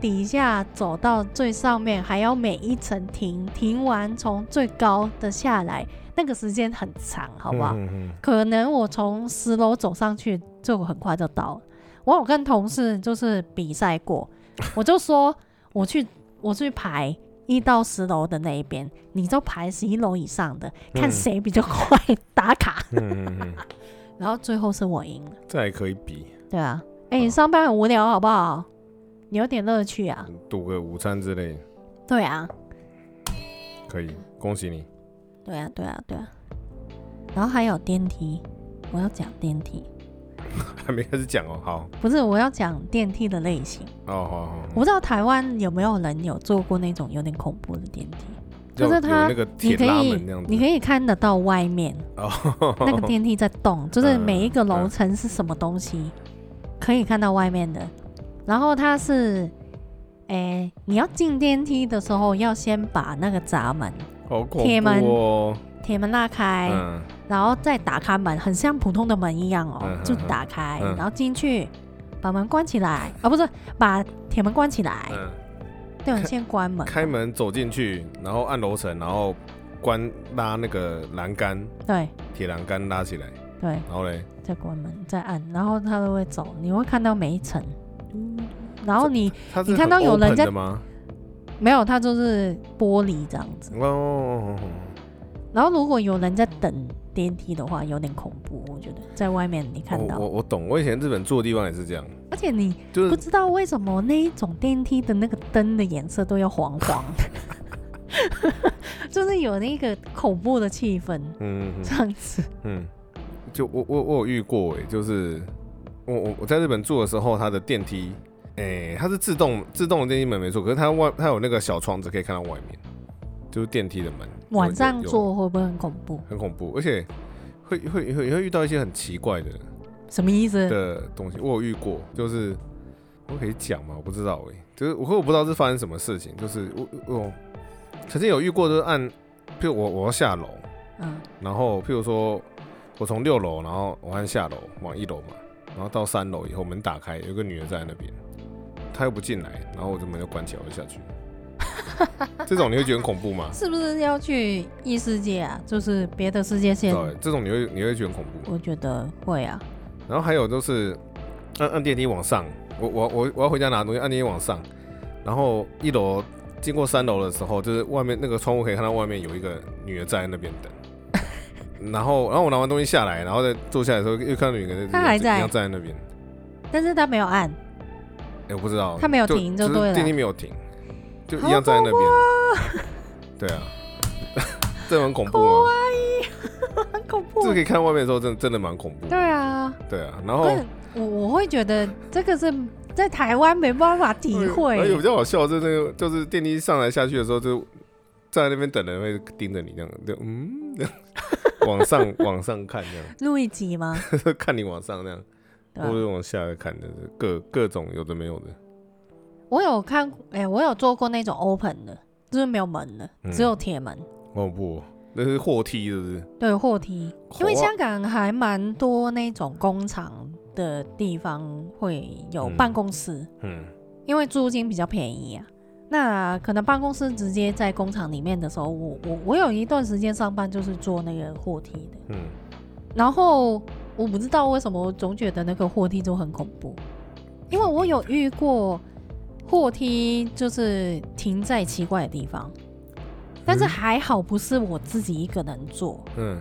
A: 底下走到最上面，还要每一层停，停完从最高的下来，那个时间很长，好不好？
B: 嗯？嗯
A: 可能我从十楼走上去就很快就到了。我有跟同事就是比赛过，我就说我去我去排一到十楼的那一边，你就排十一楼以上的，看
B: 嗯
A: 谁比较快打卡。 [laughs]
B: 嗯嗯嗯，嗯
A: 然后最后是我赢了，
B: 这还可以比，
A: 对啊。哎、你
B: 哦
A: 上班很无聊好不好？你有点乐趣啊。
B: 赌个午餐之类的
A: 对啊，
B: 可以，恭喜你。
A: 对啊，对啊，对啊。然后还有电梯，我要讲电梯，
B: 还没开始讲哦，好，
A: 不是我要讲电梯的类型。
B: 哦，好好，
A: 我不知道台湾有没有人有坐过那种有点恐怖的电梯，就是
B: 要
A: 它
B: 有那个
A: 你
B: 铁
A: 可
B: 拉
A: 以
B: 门那样子，
A: 你可以看得到外面
B: 哦，
A: 那个电梯在动，就是每一个楼层是什么东西，可以看到外面的。然后它是，哎、你要进电梯的时候要先把那个闸门
B: 好恐
A: 铁门
B: 怖哦，
A: 铁门拉开，
B: 嗯
A: 然后再打开门，很像普通的门一样哦，
B: 嗯嗯
A: 就打开，
B: 嗯
A: 然后进去，把门关起来啊，不是把铁门关起来，
B: 嗯，
A: 对，先关门，
B: 开门走进去，然后按楼层，然后关拉那个栏杆，
A: 对
B: 铁栏杆拉起来，
A: 对。
B: 然后嘞，
A: 再关门，再按，然后它都会走，你会看到每一层。然后你
B: 它是
A: 你看到
B: 很
A: 有人
B: open
A: 在
B: 的吗？
A: 没有，它就是玻璃这样子。
B: 哦哦，哦哦
A: 然后如果有人在等电梯的话，有点恐怖，我觉得在外面你看
B: 哦
A: 到，
B: 我我懂，我以前日本住的地方也是这样，
A: 而且你
B: 就
A: 不
B: 是
A: 知道为什么那一种电梯的那个灯的颜色都要黄
B: [laughs]
A: 黄的，就是有那个恐怖的气氛
B: 嗯嗯
A: 这样子。
B: 嗯，就我我我有遇过哎、就是我我我在日本住的时候，它的电梯，哎、它是自动自动的电梯门没错，可是它外它有那个小窗子可以看到外面，就是电梯的门。
A: 晚
B: 有
A: 上
B: 有有
A: 坐会不会很恐怖？
B: 很恐怖，而且会会会会遇到一些很奇怪的
A: 什么意思？
B: 的东西。我有遇过，就是我可以讲吗？我不知道哎、就是我我不知道是发生什么事情，就是我我我曾经有遇过，就是按，譬如我我要下楼，
A: 嗯
B: 然后譬如说我从六楼，然后我按下楼往一楼嘛，然后到三楼以后门打开，有一个女的在那边，她又不进来，然后我这门就关起来，我就下去。这种你会觉得很恐怖吗？
A: 是不是要去异世界啊？就是别的世界线？
B: 对，欸这种你会你会觉得很恐怖吗？
A: 我觉得会啊，
B: 然后还有就是按按电梯往上，我我我我要回家拿东西，按电梯往上，然后一楼
A: [laughs]
B: 经过三楼的时候，就是外面那个窗户可以看到外面有一个女的站在那边等，然后，然后我拿完东西下来，然后再坐下来的时候，又看到有一个人
A: 他还在
B: 一样站在那边。
A: 但是他没有按，
B: 哎、我不知道，
A: 他没有
B: 就
A: 停就
B: 只
A: 对
B: 是
A: 了
B: 电梯没有停，就一
A: 好
B: 样站在那
A: 恐
B: 边
A: 怖。啊
B: 对啊， [laughs] 这很恐怖
A: 怖
B: 吗？
A: 啊，很恐怖
B: 这。可以看外面的时候，真的真的蛮恐怖的。
A: 对啊，
B: 对啊，然
A: 不
B: 后
A: 是我我会觉得这个是在台湾没办法体
B: 嗯而且比
A: 会，
B: 较好笑的是那个，就是电梯上来下去的时候，就站在那边等人会盯着你这样，就嗯，这样往上往上看这样。 [laughs]
A: 录一集吗？
B: 看你往上那样，
A: 对啊吧
B: 或者往下看的，各各种有的没有的。
A: 我有看，哎、我有做过那种 open 的，就是没有门的，
B: 嗯
A: 只有铁门，
B: 哦不，那是货梯是不是？
A: 对，货梯。因为香港还蛮多那种工厂的地方会有
B: 嗯
A: 办公室，
B: 嗯
A: 因为租金比较便宜啊。那可能办公室直接在工厂里面的时候，我我我有一段时间上班就是做那个货梯的，
B: 嗯，
A: 然后我不知道为什么我总觉得那个货梯就很恐怖，因为我有遇过货梯就是停在奇怪的地方，但是
B: 嗯
A: 还好不是我自己一个人坐，
B: 嗯，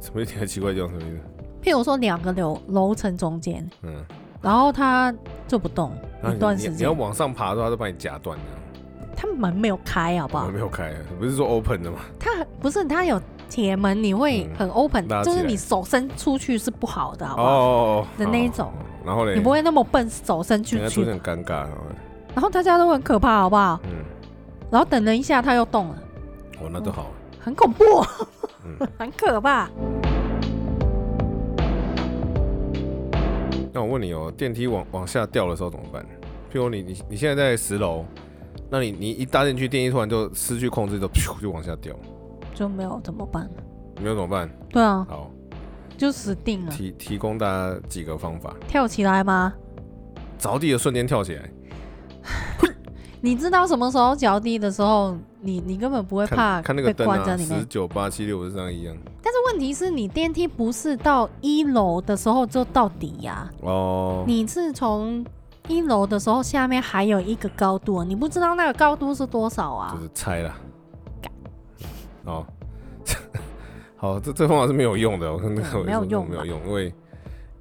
B: 什么意思？奇怪叫什么意思？
A: 譬如说两个楼楼层中间，
B: 嗯，
A: 然后它就不动
B: 然后
A: 一
B: 你
A: 段
B: 你
A: 时
B: 你要
A: 间，
B: 往上爬的话，他都把你夹断了。
A: 它门没有开，好不
B: 我
A: 好
B: 们？没有开，不是说 open 的吗？
A: 它很不是它有铁门，你会
B: 嗯
A: 很 open，、
B: 拉起
A: 就
B: 来
A: 是你手伸出去是不好的，好不
B: 哦
A: 好？
B: 哦哦
A: 的那一种。
B: 哦然后嘞，
A: 你不会那么笨，手伸出
B: 人家出
A: 去
B: 现，很尴尬。然后
A: 然后大家都很可怕，好不好？
B: 嗯，
A: 然后等了一下，它又动了，
B: 哦，那都好。
A: 很恐怖，
B: 嗯，
A: [laughs] 很可怕。
B: 那我问你哦，电梯往往下掉的时候怎么办？譬如你你你现在在十楼，那你你一搭进去，电梯突然就失去控制，就噗就往下掉，
A: 就没有怎么办？
B: 你要怎么办？
A: 对啊，
B: 好，嗯
A: 就死定了。
B: 提提供大家几个方法：
A: 跳起来吗？
B: 着地的瞬间跳起来，
A: 你知道什么时候脚底的时候，你你根本不会怕
B: 看看那个
A: 被
B: 灯
A: 关在
B: 啊，
A: 里
B: 十
A: 面。
B: 九八七六五三一样。
A: 但是问题是你电梯不是到一楼的时候就到底呀、
B: 哦，
A: 你是从一楼的时候下面还有一个高度，哦你不知道那个高度是多少啊
B: 就？是猜啦。哦， [laughs] 好，这这方法是没有用的，我哦 [laughs] 跟那个
A: 对嗯没有用吧
B: 没有用，因为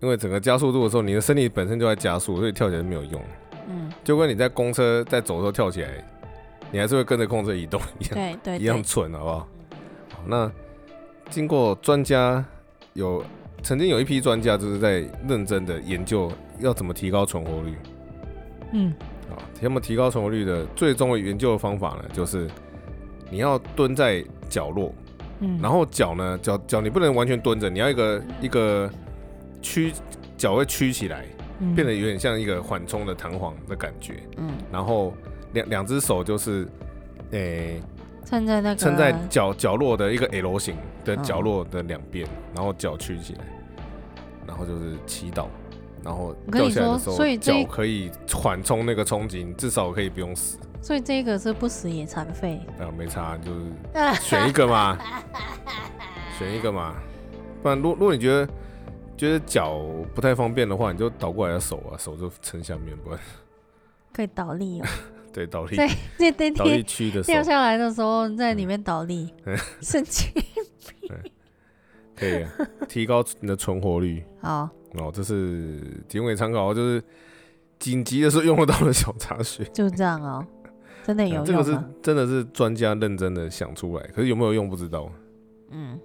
B: 因为整个加速度的时候，你的身体本身就在加速，所以跳起来是没有用。
A: 嗯，
B: 就跟你在公车在走的时候跳起来，你还是会跟着控制移动一样。
A: 对对
B: 一样
A: 哎对，
B: 蠢，好不好？好那经过专家有曾经有一批专家就是在认真的研究要怎么提高存活率
A: 嗯，
B: 啊，那么提高存活率的最终的研究的方法呢，就是你要蹲在角落，
A: 嗯，
B: 然后脚呢脚脚你不能完全蹲着，你要一个一个曲脚会曲起来，
A: 嗯
B: 变得有点像一个缓冲的弹簧的感觉，
A: 嗯，
B: 然后两两只手就是诶。
A: 啊撑在那个
B: 撑在角角落的一个 L 型的
A: 嗯
B: 角落的两边，然后脚曲起来，然后就是祈祷，然后
A: 我跟
B: 掉
A: 你
B: 下来
A: 说
B: 的时
A: 所
B: 候
A: 以这
B: 脚可以缓冲那个冲击，你至少可以不用死。
A: 所以这个是不死也残废。 [laughs] 啊
B: 啊，没差，就是选一个嘛，选一个嘛，不然如如果你觉得觉得脚不太方便的话，你就倒过来的手啊，手就撑下面，不然
A: 可以倒
B: [laughs]
A: 立哦，
B: 对倒立
A: 对那电
B: 倒立
A: 梯
B: 区的手嗯
A: 掉下来的时候在里面倒立， [laughs] 生气。
B: 可以啊提高你的存活率。
A: 好，
B: 哦，这是提供给参考，就是紧急的时候用得到的小插曲。啊
A: 就这样哦，真的有
B: 这个
A: 用啊
B: 是
A: 吗？
B: 真的是专家认真的想出来，可是有没有用不知道。
A: 嗯，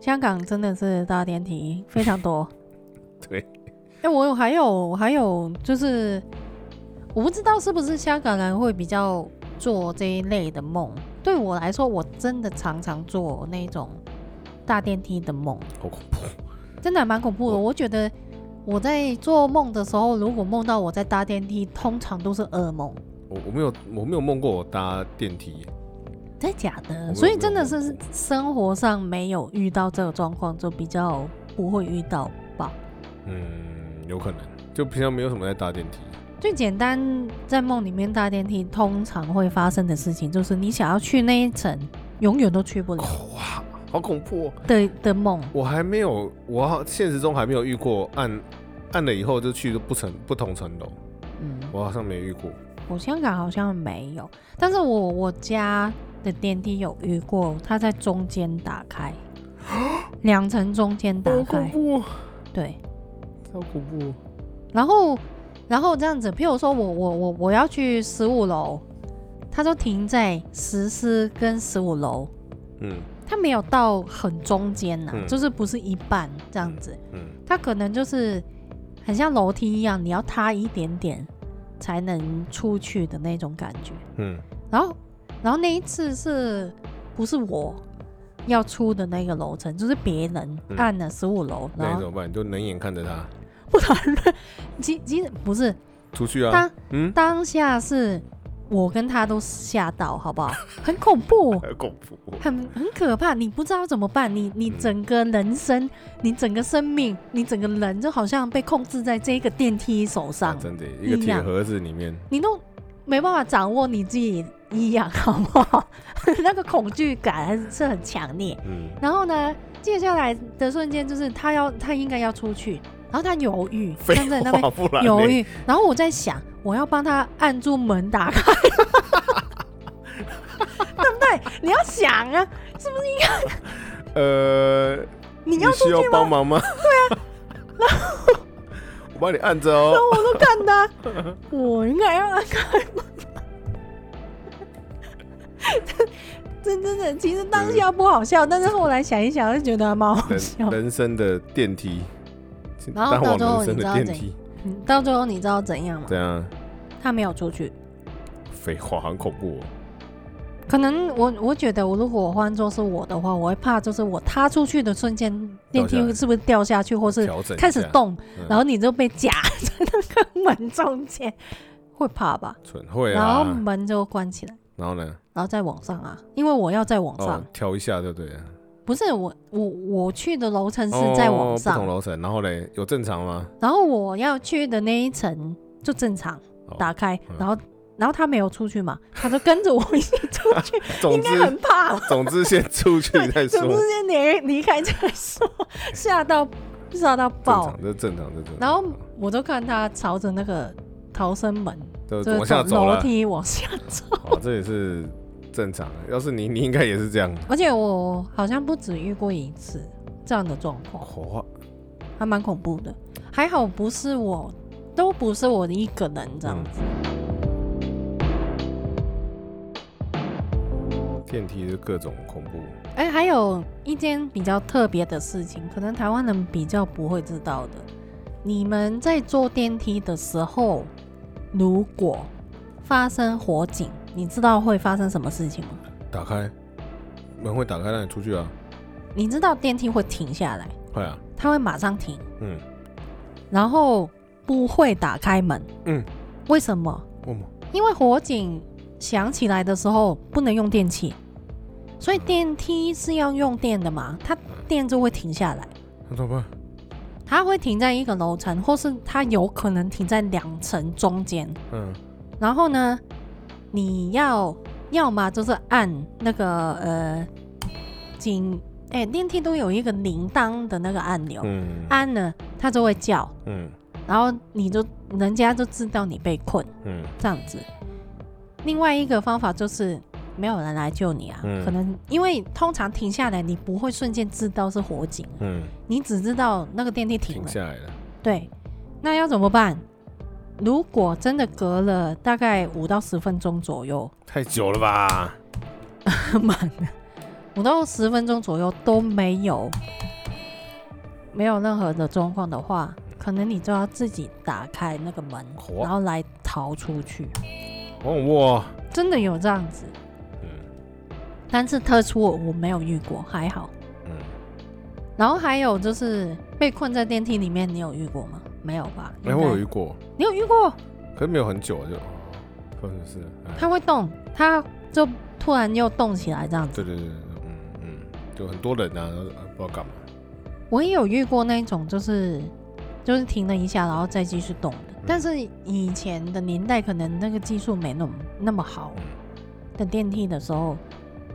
A: 香港真的是搭电梯非常多。
B: 对，
A: 哎、我有还有还有就是，我不知道是不是香港人会比较做这一类的梦。对我来说，我真的常常做那种大电梯的梦，
B: 好恐怖。
A: 真的还蛮恐怖的。我觉得我在做梦的时候，如果梦到我在搭电梯，通常都是噩梦。
B: 我我没有我没有梦过我搭电梯，
A: 真的假
B: 我没
A: 的？
B: 有
A: 所以真的
B: 没有
A: 是
B: 梦
A: 生活上没有遇到这个状况，就比较不会遇到吧。
B: 嗯，有可能就平常没有什么在搭电梯。
A: 最简单，在梦里面搭电梯通常会发生的事情，就是你想要去那一层，永远都去不
B: 哦
A: 了
B: 哇，好恐怖、哦！
A: 的的梦。
B: 我还没有，我好现实中还没有遇过按按了以后就去不成不同层楼，
A: 嗯，
B: 我好像没遇过。
A: 我香港好像没有，但是
B: [gasps]
A: 我我家的电梯有遇过，它在中间打开，两层中间打
B: 好恐
A: 开，
B: 怖哦，
A: 对，
B: 超恐怖哦。
A: 然后然后这样子，譬如说我我我我要去十五楼，它就停在十四跟十五楼，
B: 嗯
A: 它没有到很中间呐、啊
B: 嗯
A: 就是不是一半这样子，
B: 嗯，
A: 它可能就是很像楼梯一样，你要塌一点点才能出去的那种感觉。
B: 嗯
A: 然后，然后那一次是不是我要出的那个楼层，就是别人
B: 嗯
A: 按了十五楼，
B: 那
A: 然
B: 你怎
A: 后
B: 么办？你就冷眼看着他
A: 不然呢其其实不是
B: 出去啊
A: 他？
B: 嗯，。
A: 当下是我跟他都吓到，好不好？很恐怖 [laughs]
B: 恐怖哦。
A: 很很可怕，你不知道怎么办，你你
B: 嗯
A: 整个人生，你整个生命，你整个人就好像被控制在这个电梯手
B: 啊
A: 上，
B: 真的一个铁盒子里面，
A: 你都没办法掌握你自己一样，啊好不好？ [laughs] 那个恐惧感还是很强烈。
B: 嗯
A: 然后呢，接下来的瞬间就是他要，他应该要出去，然后他犹豫，站在那边
B: [laughs] 哇不然
A: 犹
B: 嘞
A: 豫，然后我在想，我要帮他按住门打开，对不 [laughs] 对？你要想啊，
B: 呃，
A: 你要出去
B: 需要
A: 吗？
B: 帮忙吗？对啊， [laughs] 我帮你按着
A: [laughs] 然
B: 哦。
A: 后我都看他， [laughs] 我应该要按开门。 [laughs] 真真的，其实当下不好笑，但是后来想一想，就觉得还蛮好笑
B: 人。人生的电梯，请
A: 然后
B: 当
A: 到
B: 往人
A: 最后
B: 生
A: 你
B: 的
A: 知道
B: 电
A: 怎
B: 梯，
A: 嗯 [laughs] 到最后你知道怎样吗？
B: 对啊，
A: 他没有出去。
B: 废话，很恐怖哦。
A: 可能我我觉得，我如果换做是我的话，我会怕，就是我踏出去的瞬间，电梯
B: 掉下来
A: 是不是掉下去，或是
B: 调整一
A: 开始
B: 下，
A: 动，
B: 嗯
A: 然后你就被夹在那个门中间， [laughs] 会怕吧？
B: 蠢会
A: 然后
B: 啊，
A: 门就关起来，
B: 然后呢？
A: 然后再往上啊，因为我要再往上，
B: 哦，调一下，对不对了？
A: 不是我我我去的楼层是在
B: 哦
A: 往
B: 不
A: 上，
B: 同楼层，然后嘞，有正常吗？
A: 然后我要去的那一层就正常
B: 哦
A: 打开，
B: 嗯
A: 然后然后他没有出去嘛，他就跟着我一起
B: [laughs]
A: 出去，
B: 总
A: 应该
B: 之，
A: 很怕吧。 [laughs]
B: 总之先出去再说
A: 总。之先离离开再说，吓到吓到
B: 正
A: 爆
B: 常，。这正常，这正常。啊
A: 然后我就看他朝着那个逃生门，
B: 就
A: 就是
B: 呃往下
A: 从
B: 走
A: 楼
B: 了，
A: 梯往下走。
B: [laughs] 哦，这也是正常的。要是你，你应该也是这样。
A: 而且我好像不止遇过一次这样的状况，
B: 火
A: 还蛮恐怖的。还好不是我，都不是我的一个人
B: 嗯
A: 这样子。
B: 电梯就各种恐怖。
A: 哎、还有一件比较特别的事情，可能台湾人比较不会知道的。你们在坐电梯的时候，如果发生火警，你知道会发生什么事情吗？
B: 打开门会打开让你出去啊，
A: 你知道电梯会停下来，
B: 快啊，
A: 它会马上停，
B: 嗯，
A: 然后不会打开门。
B: 嗯，
A: 为什么？
B: 我们
A: 因为火警响起来的时候不能用电器，所以电梯是要用电的嘛，它电就会停下来。
B: 那怎么办？
A: 它会停在一个楼层，或是它有可能停在两层中间。
B: 嗯，
A: 然后呢，你要要么就是按那个呃警哎、电梯都有一个铃铛的那个按钮，
B: 嗯，
A: 按了它就会叫，
B: 嗯
A: 然后你就人家就知道你被困
B: 嗯
A: 这样子。另外一个方法就是没有人来救你啊，
B: 嗯
A: 可能因为通常停下来你不会瞬间知道是火警，
B: 嗯，
A: 你只知道那个电梯停
B: 停
A: 了。
B: 下来了，
A: 对，那要怎么办？如果真的隔了大概五到十分钟左右，
B: 太久了吧？
A: 满了五到十分钟左右都没有没有任何的状况的话，可能你就要自己打开那个门，
B: 好啊
A: 然后来逃出去。
B: 哦哇，
A: 真的有这样子，
B: 嗯
A: 但是特殊我我没有遇过，还好。
B: 嗯，
A: 然后还有就是被困在电梯里面，你有遇过吗？没有吧？
B: 哎，
A: 应
B: 我
A: 该
B: 有遇过，
A: 你有遇过？
B: 可是没有很久就，哦发生什么事了？哎
A: 它会动，它就突然又动起来这样子。
B: 对对对对，对嗯嗯，就很多人啊，然后啊不知道干嘛，
A: 我也有遇过那种，就是就是停了一下，然后再继续动的。但是以前的年代，可能那个技术没那么那么好
B: 嗯
A: 的电梯的时候，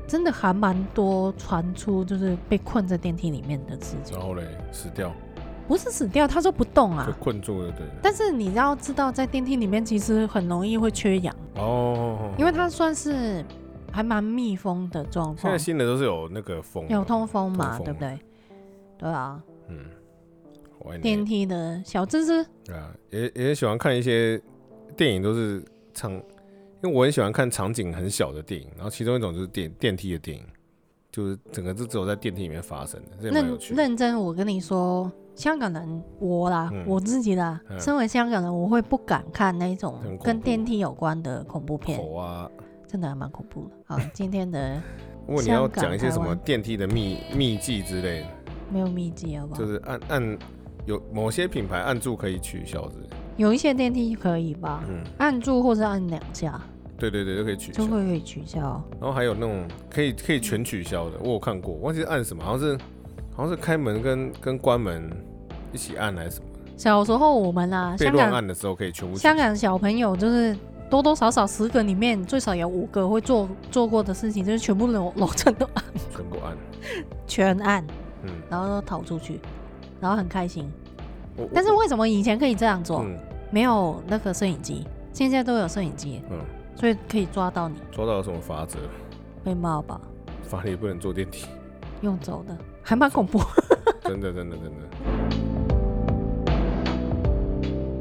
A: 真的还蛮多传出就是被困在电梯里面的事情
B: 然。后嘞死掉，
A: 不是死掉，他说不动啊
B: 就。困住啊了，对了。
A: 但是你要知道，在电梯里面其实很容易会缺氧，
B: 哦，
A: 因为它算是还蛮密封的状
B: 现
A: 况
B: 在，新的都是有那个风，
A: 有通风嘛，
B: 通风
A: 对不对？对啊，
B: 嗯我爱
A: 电
B: 你。
A: 梯的小知识，
B: 对啊，也也喜欢看一些电影，都是场，因为我很喜欢看场景很小的电影，然后其中一种就是电电梯的电影，就是整个是只有在电梯里面发生的，这也蛮有
A: 认
B: 趣的。
A: 认真，我跟你说，香港人我啦，
B: 嗯
A: 我自己啦，
B: 嗯
A: 身为香港人，我会不敢看那种
B: 很恐怖
A: 跟电梯有关的恐怖片，
B: 口啊，
A: 真的还蛮恐怖的。好，今天的
B: 如果你要
A: 香港啊
B: 讲一些什
A: 台
B: 么
A: 湾
B: 电梯的秘秘技之类的，
A: 没有秘籍好不好？
B: 就是按按有某些品牌按住可以取消之类的。
A: 有一些电梯可以吧，
B: 嗯，
A: 按住或者按两下
B: 对对对，都可以取消
A: 就。会可以取消。
B: 然后还有那种可以可以全取消的，我有看过，忘记是按什么，好像是好像是开门跟跟关门一起按还是什么，
A: 小时候我们啊，
B: 被
A: 香
B: 乱
A: 港
B: 按的时候可以全部取消
A: 香。港小朋友就是多多少少十个里面最少有五个会做做过的事情，就是全部楼楼层都 [laughs] 按
B: 全部按。
A: 全按，
B: 嗯，
A: 然后都逃出去，然后很开心。
B: 我
A: 但是为什么以前可以这样做？
B: 嗯
A: 没有那个摄影机，现在都有摄影机，
B: 嗯，
A: 所以可以抓到你
B: 抓到有什么法则？
A: 被骂吧，
B: 法律不能坐电梯，
A: 用走的，还蛮恐
B: [laughs]
A: 怖。
B: 真的真的真的。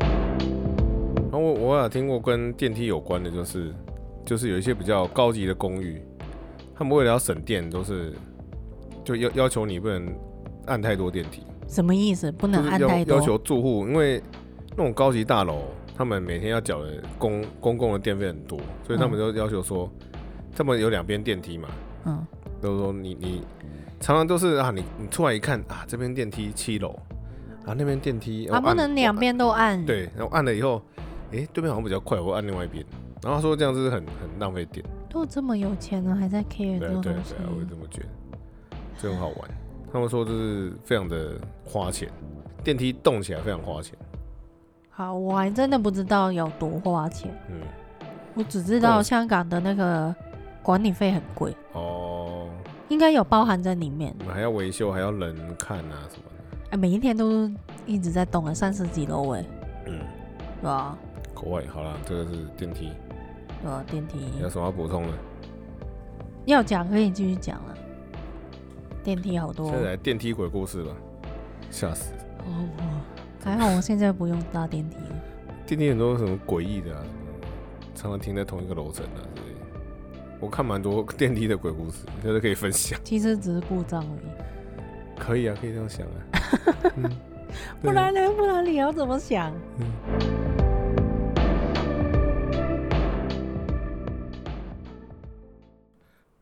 B: 然后我我有听过跟电梯有关的，就是就是有一些比较高级的公寓，他们为了要省电，都是就要要求你不能按太多电梯。
A: 什么意思？不
B: 就
A: 能
B: 是
A: 按
B: 要
A: 太多
B: 要？求住户，因为那种高级大楼，他们每天要缴的公公共的电费很多，所以他们
A: 嗯
B: 就要求说，他们有两边电梯嘛，
A: 嗯
B: 都说你你常常都是啊，你你出来一看啊，这边电梯七楼，啊那边电梯，
A: 啊，
B: 我
A: 不
B: 按
A: 能两边都按。，
B: 对，然后按了以后，诶，对面好像比较快，我按另外一边，然后他说这样子很很浪费电，
A: 都这么有钱了，还在 care
B: 对
A: 这
B: 啊
A: 种
B: 对啊
A: 东西
B: 对啊，，我也这么觉得，这很好玩。他们说就是非常的花钱，电梯动起来非常花钱，
A: 好，我还真的不知道有多花钱，
B: 嗯。
A: 我只知道
B: 哦
A: 香港的那个管理费很贵，
B: 哦，
A: 应该有包含在里面。
B: 你们还要维修，还要人看啊什么的。
A: 哎，每一天都一直在动了三十几楼哎，
B: 嗯，
A: 对吧？
B: 国外好啦，这个是电梯，
A: 对吧？电梯
B: 有什么要补充的？
A: 要讲可以继续讲了，电梯好多
B: 现。在来电梯鬼故事吧，吓死！
A: 哦，还好我现在不用搭电梯了。
B: 电梯很多什么诡异的啊，什么常常停在同一个楼层啊之类的。我看蛮多电梯的鬼故事，觉得可以分享。
A: 其实只是故障而已，
B: 可以啊，可以这样想啊。 [laughs] 嗯
A: 不然呢？不然你要怎么想？
B: 嗯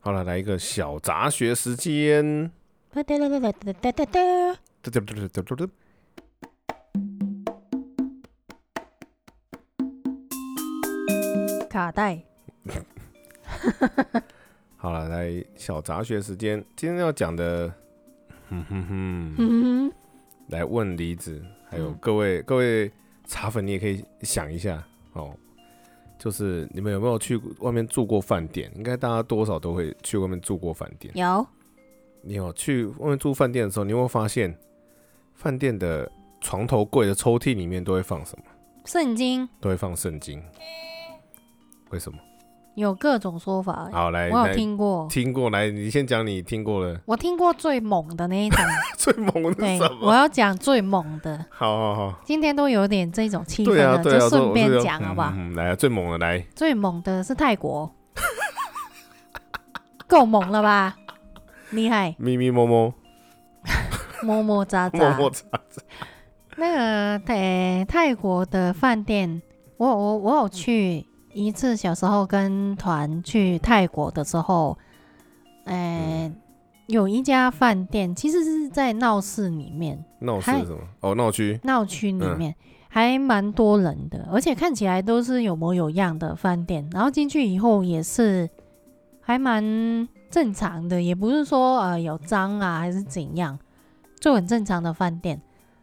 B: 好了，来一个小杂学时间。
A: 哒哒哒哒哒哒哒哒。
B: 嘟嘟嘟嘟嘟嘟
A: 卡带，
B: 好了，来小杂学时间。今天要讲的，哼哼哼，
A: 嗯哼，
B: 来问梨子，还有
A: 嗯
B: 各位、各位茶粉，你也可以想一下哦。就是你们有没有去外面住过饭店？应该大家多少都会去外面住过饭店。
A: 有
B: 你有去外面住饭店的时候，你有没有发现饭店的床头柜的抽屉里面都会放什么？
A: 圣经，
B: 都会放圣经。为什么？
A: 有各种说法，
B: 好，来
A: 哎我
B: 来
A: 有听过，
B: 听过来，你先讲你听过了 [laughs]
A: 我听过最猛的那一种。
B: 最猛的是
A: 对
B: 什，
A: 我
B: 么？
A: 要讲最猛的，
B: 好好好，
A: 今天都有点这种气氛
B: 对啊
A: 了，
B: 对啊，
A: 就
B: 对
A: 顺
B: 我是
A: 便
B: 有
A: 讲好不好？
B: 嗯，嗯来啊，最猛的来，
A: 最猛的是泰国， [laughs] 够猛了吧？厉害，
B: 咪咪
A: [laughs]
B: 摸摸
A: 么么喳
B: 摸摸
A: 喳。
B: 擦，
A: 那个泰泰国的饭店，我我我有去一次，小时候跟团去泰国的时候，
B: 嗯
A: 呃，有一家饭店其实是在闹市里面，
B: 闹区是什么？哦，闹区，
A: 闹区里
B: 嗯
A: 面、还蛮多人的，而且看起来都是有模有样的饭店。然后进去以后也是还蛮正常的，也不是说呃有脏啊还是怎样，就很正常的饭店。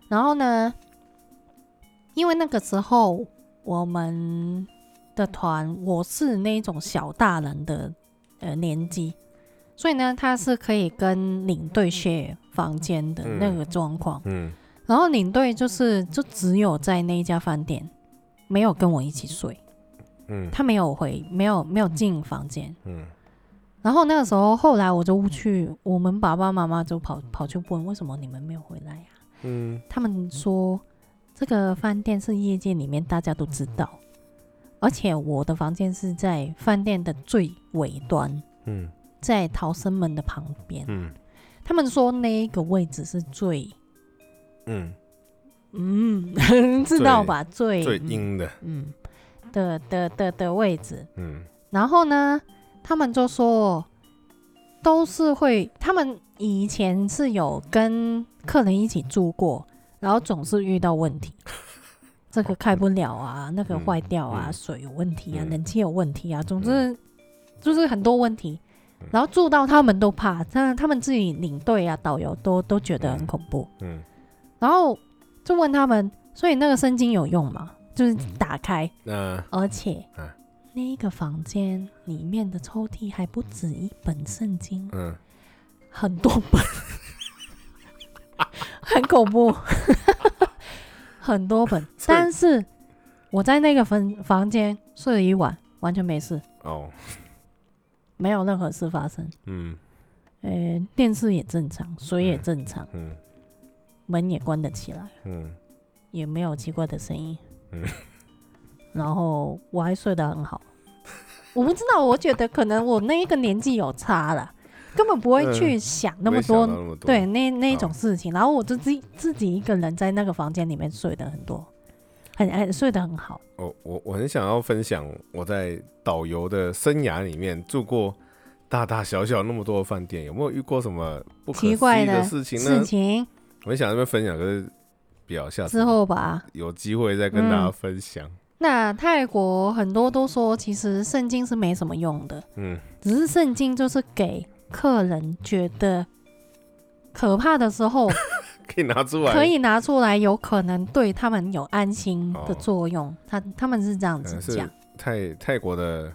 A: 然后呢，因为那个时候我们的团我是那种小大人的呃年纪，所以呢他是可以跟领队 share 房间的那
B: 嗯
A: 个状况。
B: 嗯
A: 然后领队就是就只有在那一家饭店，没有跟我一起睡，
B: 嗯
A: 他没有回，没有没有进房间。
B: 嗯
A: 然后那个时候，后来我就去，我们爸爸妈妈就跑跑去问，为什么你们没有回来呀、啊
B: 嗯，
A: 他们说这个饭店是业界里面大家都知道，而且我的房间是在饭店的最尾端，
B: 嗯
A: 在逃生门的旁边。
B: 嗯
A: 他们说那个位置是最，
B: 嗯，
A: 嗯， [laughs] 知道吧？最
B: 最，阴的，
A: 哎嗯的的的的位置。
B: 嗯
A: 然后呢，他们就说都是会，他们以前是有跟客人一起住过，然后总是遇到问题， [laughs] 这个开不了啊，那个坏掉啊，
B: 嗯
A: 水有问题啊，
B: 嗯
A: 冷气有问题啊，总之就是很多问题。
B: 嗯
A: 然后住到他们都怕，但他们自己领队啊、导游都都觉得很恐怖。
B: 嗯
A: 然后就问他们，所以那个圣经有用吗？就是
B: 嗯
A: 打开，
B: 那
A: 而且，
B: 嗯
A: 那一个房间里面的抽屉还不止一本圣经，
B: 嗯，
A: 很多本，很恐怖， [laughs] 很多本。
B: 所以
A: 但是我在那个房房间睡了一晚，完全没事，
B: 哦，
A: 没有任何事发生。
B: 嗯
A: 呃，电视也正常，水也
B: 嗯
A: 正常，
B: 嗯
A: 门也关得起来，
B: 嗯
A: 也没有奇怪的声音。
B: 嗯
A: [laughs] 然后我还睡得很好。我不知道，我觉得可能我那一个年纪有差了，根本不会去想那么
B: 嗯没想
A: 多，
B: 到那么多，
A: 对那那一种
B: 哦
A: 事情。然后我就自己自己一个人在那个房间里面睡得很多，很很睡得很好。
B: 我哦我我很想要分享我在导游的生涯里面住过大大小小那么多的饭店，有没有遇过什么不可思
A: 奇怪
B: 议
A: 的
B: 事情呢
A: 事？情
B: 我很想在那边分享，可是比较下次
A: 之后吧，
B: 有机会再跟大家
A: 嗯
B: 分享。
A: 那泰国很多都说其实圣经是没什么用的，
B: 嗯
A: 只是圣经就是给客人觉得可怕的时候
B: 可以拿出来，
A: 可以拿出来，有可能对他们有安心的
B: 哦
A: 作用。他他们是这样
B: 可
A: 子
B: 能呃是
A: 讲，
B: 泰泰国的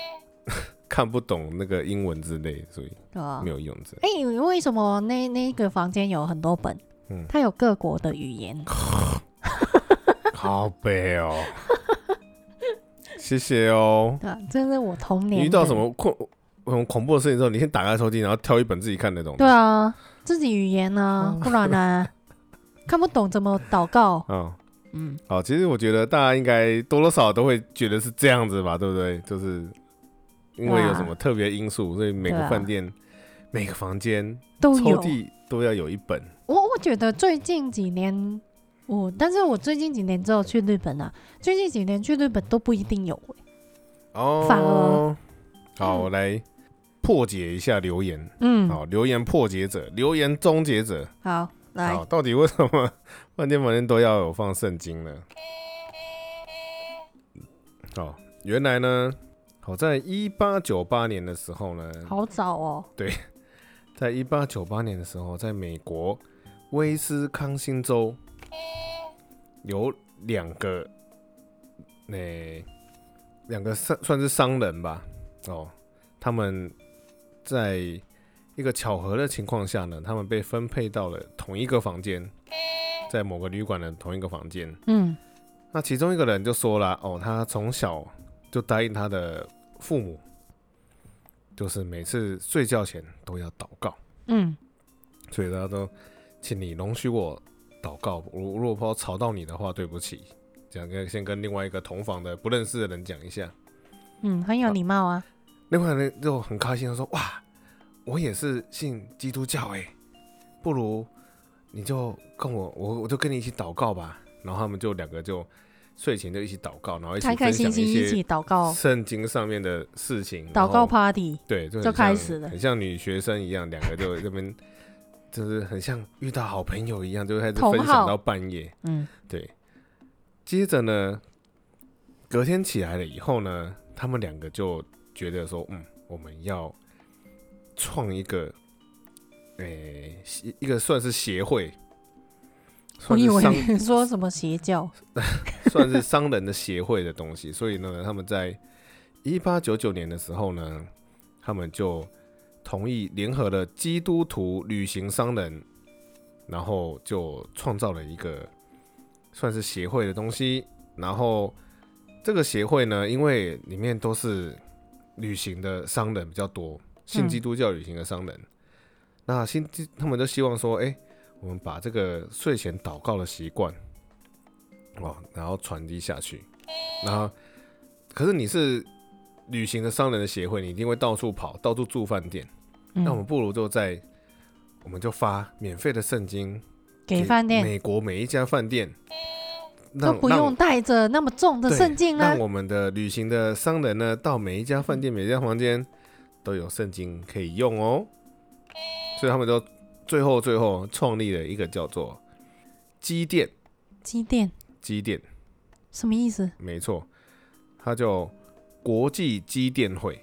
B: [laughs] 看不懂那个英文之类，所以
A: 对吧
B: 没？有用这。
A: [laughs] 哎、为什么那那个房间有很多本？
B: 嗯
A: 它有各国的语
B: [laughs]
A: 言。
B: 好悲哦，谢谢哦。
A: 对吧，这是我童
B: 你
A: 年
B: 遇到
A: 的
B: 什？么困很恐怖的事情之后，你先打开抽屉，然后挑一本自己看得懂的。
A: 对啊，自己语言啊，
B: 哦
A: 不然呢、
B: [laughs]
A: 看不懂怎么祷告。
B: 嗯，
A: 嗯，
B: 好，其实我觉得大家应该多多少少都会觉得是这样子吧，对不对？就是因为有什么特别因素，所以每
A: 啊对
B: 个
A: 啊
B: 饭店、每个房间、
A: 都
B: 抽
A: 有。
B: 屉都要有一本。
A: 我我觉得最近几年，我但是我最近几年只有去日本啊，最近几年去日本都不一定有、
B: 哦，
A: 反而
B: 好，我来破解一下留言。
A: 嗯，
B: 好，留言破解者，留言终结者。
A: 好，来
B: 好，到底为什么 [laughs] 饭店房间都要有放圣经呢？好，原来呢，好在一八九八年的时候呢，
A: 好早哦，
B: 在一八九八年的时候，在美国威斯康星州有两个，那、两个算算是商人吧，哦，他们在一个巧合的情况下呢，他们被分配到了同一个房间，在某个旅馆的同一个房间。
A: 嗯
B: 那其中一个人就说了，哦，他从小就答应他的父母，就是每次睡觉前都要祷告。
A: 嗯
B: 所以大家都，请你容许我祷告，我如果怕吵到你的话，对不起。这样跟先跟另外一个同房的不认识的人讲一下，
A: 嗯，很有礼貌啊，
B: 另外人就很开心的说：“哇，我也是信基督教诶，不如你就跟我，我我就跟你一起祷告吧。”然后他们就两个就睡前就一起祷告，然后一起
A: 开开
B: 分享
A: 心心一
B: 些
A: 起祷告，
B: 圣经上面的事情，然
A: 祷告
B: 后
A: party，
B: 对，就很
A: 就开
B: 像
A: 始了
B: 很像女学生一样，两个就这边就是很像遇到好朋友一样，就开始
A: 同
B: 分享
A: 好
B: 到半夜。
A: 嗯
B: 对，接着呢，隔天起来了以后呢，他们两个就觉得说，嗯，我们要创一个，诶、一一个算是协会，
A: 我
B: 算
A: 以
B: 是商
A: 为说什么邪教，
B: 算是商人的协会的东西，所以呢，他们在一八九九年的时候呢，他们就同意联合了基督徒旅行商人，然后就创造了一个算是协会的东西。然后这个协会呢，因为里面都是旅行的商人比较多，信
A: 嗯
B: 基督教旅行的商人。那信基他们就希望说，哎、我们把这个睡前祷告的习惯，哦，然后传递下去。然后，可是你是旅行的商人的协会，你一定会到处跑，到处住饭店。
A: 嗯
B: [laughs] 那我们不如就在，我们就发免费的圣经
A: 给饭店
B: 美国每一家饭店，
A: 都
B: 让
A: 不
B: 让
A: 用带着那么重的
B: 对
A: 圣经啊啦
B: 让。我们的旅行的商人呢，到每一家饭店、每一家房间都有圣经可以用哦。所以他们都最后最后创立了一个叫做基甸，
A: 机电
B: 基甸
A: 什么意思？
B: 没错，它叫国际基甸会，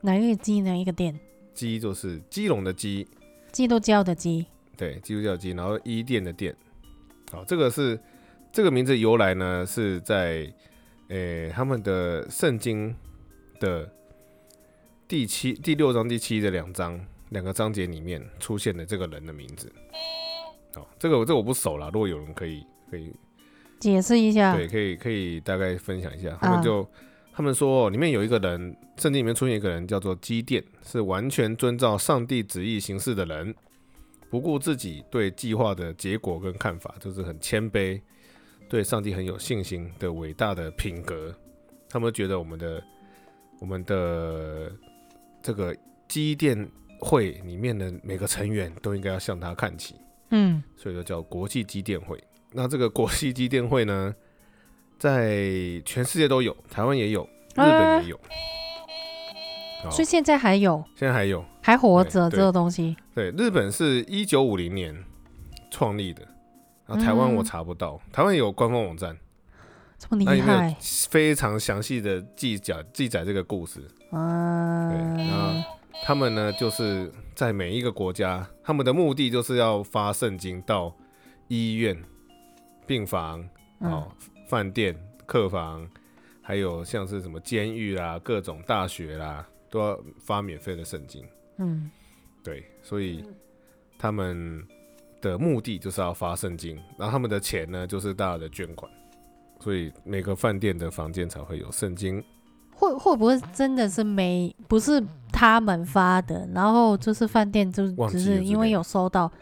A: 哪一个机哪一个电？
B: 基就是基隆的基，
A: 基督教的基。
B: 对，基督教基，然后伊甸的甸，好，这个是这个名字由来呢，是在诶、他们的圣经的第七、第六章、第七的两章两个章节里面出现的这个人的名字。好，这个我这个我不熟啦，如果有人可以可以
A: 解释一下，
B: 对，可以可以大概分享一下。他们
A: 啊
B: 就、他们说、哦里面有一个人，圣经里面出现一个人叫做基甸，是完全遵照上帝旨意行事的人，不顾自己对计划的结果跟看法，就是很谦卑，对上帝很有信心的伟大的品格。他们觉得我们的我们的这个基甸会里面的每个成员都应该要向他看齐。
A: 嗯，
B: 所以就叫国际机电会。那这个国际机电会呢，在全世界都有，台湾也有，日本也有，好
A: 哎所以现在还有
B: 现在还有。
A: 还活
B: 对
A: 着
B: 对
A: 这个东西，
B: 对，日本是一九五零年创立的，然后台湾
A: 嗯
B: 我查不到，台湾有官方网站，
A: 这么厉
B: 那里面有
A: 害
B: 非常详细的记载记载这个故事。对，
A: 啊
B: 那！他们呢，就是在每一个国家，他们的目的就是要发圣经到医院、病房、
A: 嗯
B: 哦，饭店、客房，还有像是什么监狱啦、各种大学啦，都要发免费的圣经。
A: 嗯，
B: 对，所以他们的目的就是要发圣经，然后他们的钱呢就是大家的捐款，所以每个饭店的房间才会有圣经。
A: 会会不会真的是没不是他们发的，然后就是饭店就
B: 忘
A: 只
B: 记了之
A: 是
B: 类
A: 因为
B: 的
A: 有收到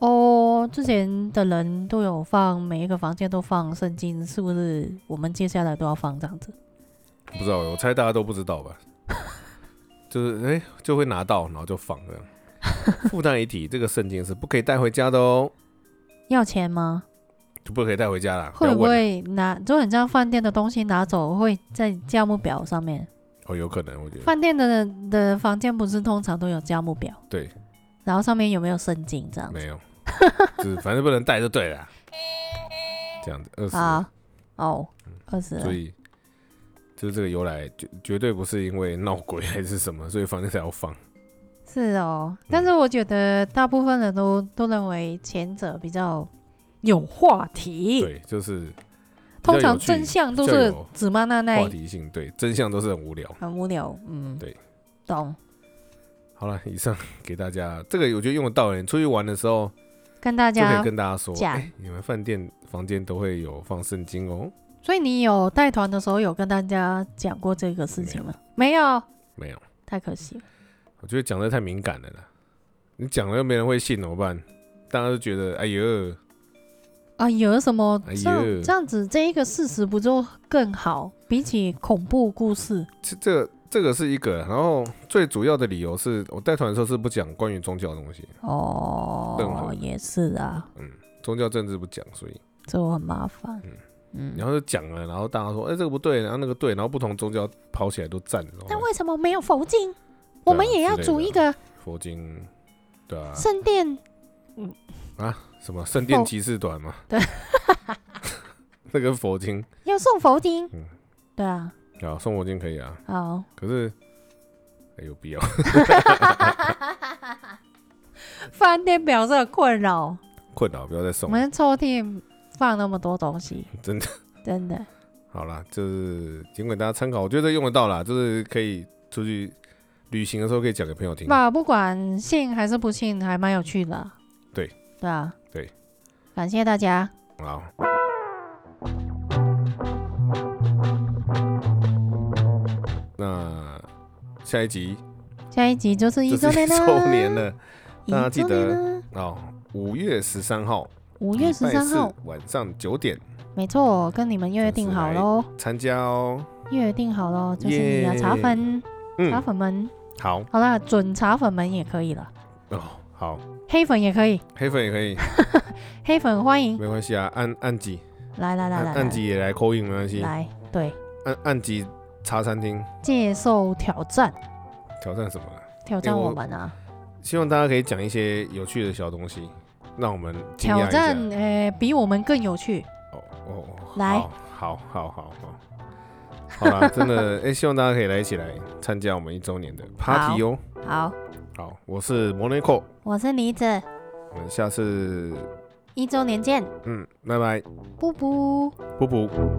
A: 哦，之前的人都有放，每一个房间都放圣经，是不是？我们接下来都要放这样子？
B: 不知道欸，我猜大家都不知道吧？ [laughs] 就是哎、就会拿到，然后就放这
A: [laughs]
B: 样。附带一提，这个圣经是不可以带回家的哦，
A: 要钱吗？
B: 就不可以带回家啦。
A: 会
B: 要
A: 不
B: 问
A: 会拿就很像饭店的东西拿走，会在价目表上面？
B: 哦，有可能，我觉得。
A: 饭店的的房间不是通常都有价目表？
B: 对。
A: 然后上面有没有圣经这样子？
B: 没有， [laughs] 就是反正不能带就对了啊。这样子二十，嗯
A: 啊，哦，二十，
B: 所以就是这个由来绝绝对不是因为闹鬼还是什么，所以房间才要放。
A: 是哦。
B: 嗯
A: 但是我觉得大部分人都都认为前者比较有话题，
B: 对，就是
A: 通常
B: 有趣
A: 真相都
B: 比较
A: 是
B: 有
A: 紫妈娜
B: 话
A: 那
B: 题性，对，真相都是很无聊。
A: 很无聊，嗯，
B: 对，
A: 懂。
B: 好了，以上 [laughs] 给大家这个，我觉得用得到。你欸出去玩的时候
A: 跟大
B: 就可
A: 家
B: 以，跟大家说，
A: 讲
B: 哎，你们饭店房间都会有放圣经哦。
A: 所以你有带团的时候有跟大家讲过这个事情吗？没有，
B: 没有，
A: 太可惜了。
B: 我觉得讲的太敏感了啦，你讲了又没人会信怎么办？大家都觉得，哎呦，
A: 啊，有什么
B: 哎呦
A: 这样这样子，这一个事实不就更好？比起恐怖故事，
B: 这这个这个是一个，然后最主要的理由是我带团的时候是不讲关于宗教的东西，更好
A: 哦，也是啊，
B: 宗教政治不讲，所以
A: 这我很麻
B: 哦
A: 烦。嗯，
B: 然后就讲了，然后大家说，哎、这个不对，然后那个对，然后不同宗教跑起来都站，然
A: 那
B: 后
A: 为什么没有佛经？
B: 啊
A: 我们也要组一个
B: 佛经，对啊，
A: 圣殿，
B: 什么圣殿
A: 哦
B: 骑士团嘛，
A: 对，
B: [laughs] 那个佛经
A: 要送佛经
B: 嗯。
A: 对啊，
B: 啊，送佛经可以啊，
A: 好，
B: 可是、哎有必要， [laughs]
A: 饭店表示很困扰。
B: 困扰不要再
A: 我
B: 送了，
A: 们抽屉放那么多东西，
B: 真的
A: 真的
B: 好啦，就是仅给大家参考，我觉得用得到啦，就是可以出去旅行的时候可以讲给朋友听。
A: 那不管信还是不信，还蛮有趣的啊。
B: 对
A: 对啊，
B: 对，
A: 感谢大家。
B: 好。那下一集
A: 下下一集就是一
B: 这
A: 周
B: 嗯是一
A: 年啦，
B: [laughs] 周年了
A: 一
B: 大家记
A: 周年啦，
B: 哦，五月十三号，
A: 五月十三号，
B: 晚上九点
A: 没错，跟你们约定好喽，
B: 参加哦。
A: 约定好喽，就是你的
B: 耶
A: 茶粉，茶
B: 嗯，
A: 粉们，
B: 好
A: 好啦，准茶粉们也可以了，
B: 哦，好，
A: 黑粉也可以，
B: 黑粉也
A: [laughs]
B: 可以，
A: 黑粉欢迎，
B: 没关系啊，按按几，
A: 来来来
B: 按
A: 来
B: 按
A: 来
B: 几也来扣印没关系，
A: 来，对，
B: 按按几茶餐厅
A: 接受挑战，
B: 挑战什么了？
A: 挑战
B: 哎我
A: 我们啊，
B: 希望大家可以讲一些有趣的小东西，让我们惊讶
A: 挑
B: 一
A: 战
B: 下。
A: 呃比我们更有趣，
B: 哦哦，哦
A: 来
B: 好，好，好，好， [laughs] 好，好啦，真的，哎、希望大家可以来一起来参加我们一周年的 party 哦。
A: 好，
B: 好，我是 Monaco，
A: 我是梨子，
B: 我们下次，
A: 一周年见，
B: 嗯，拜拜，
A: 布布。
B: 布布。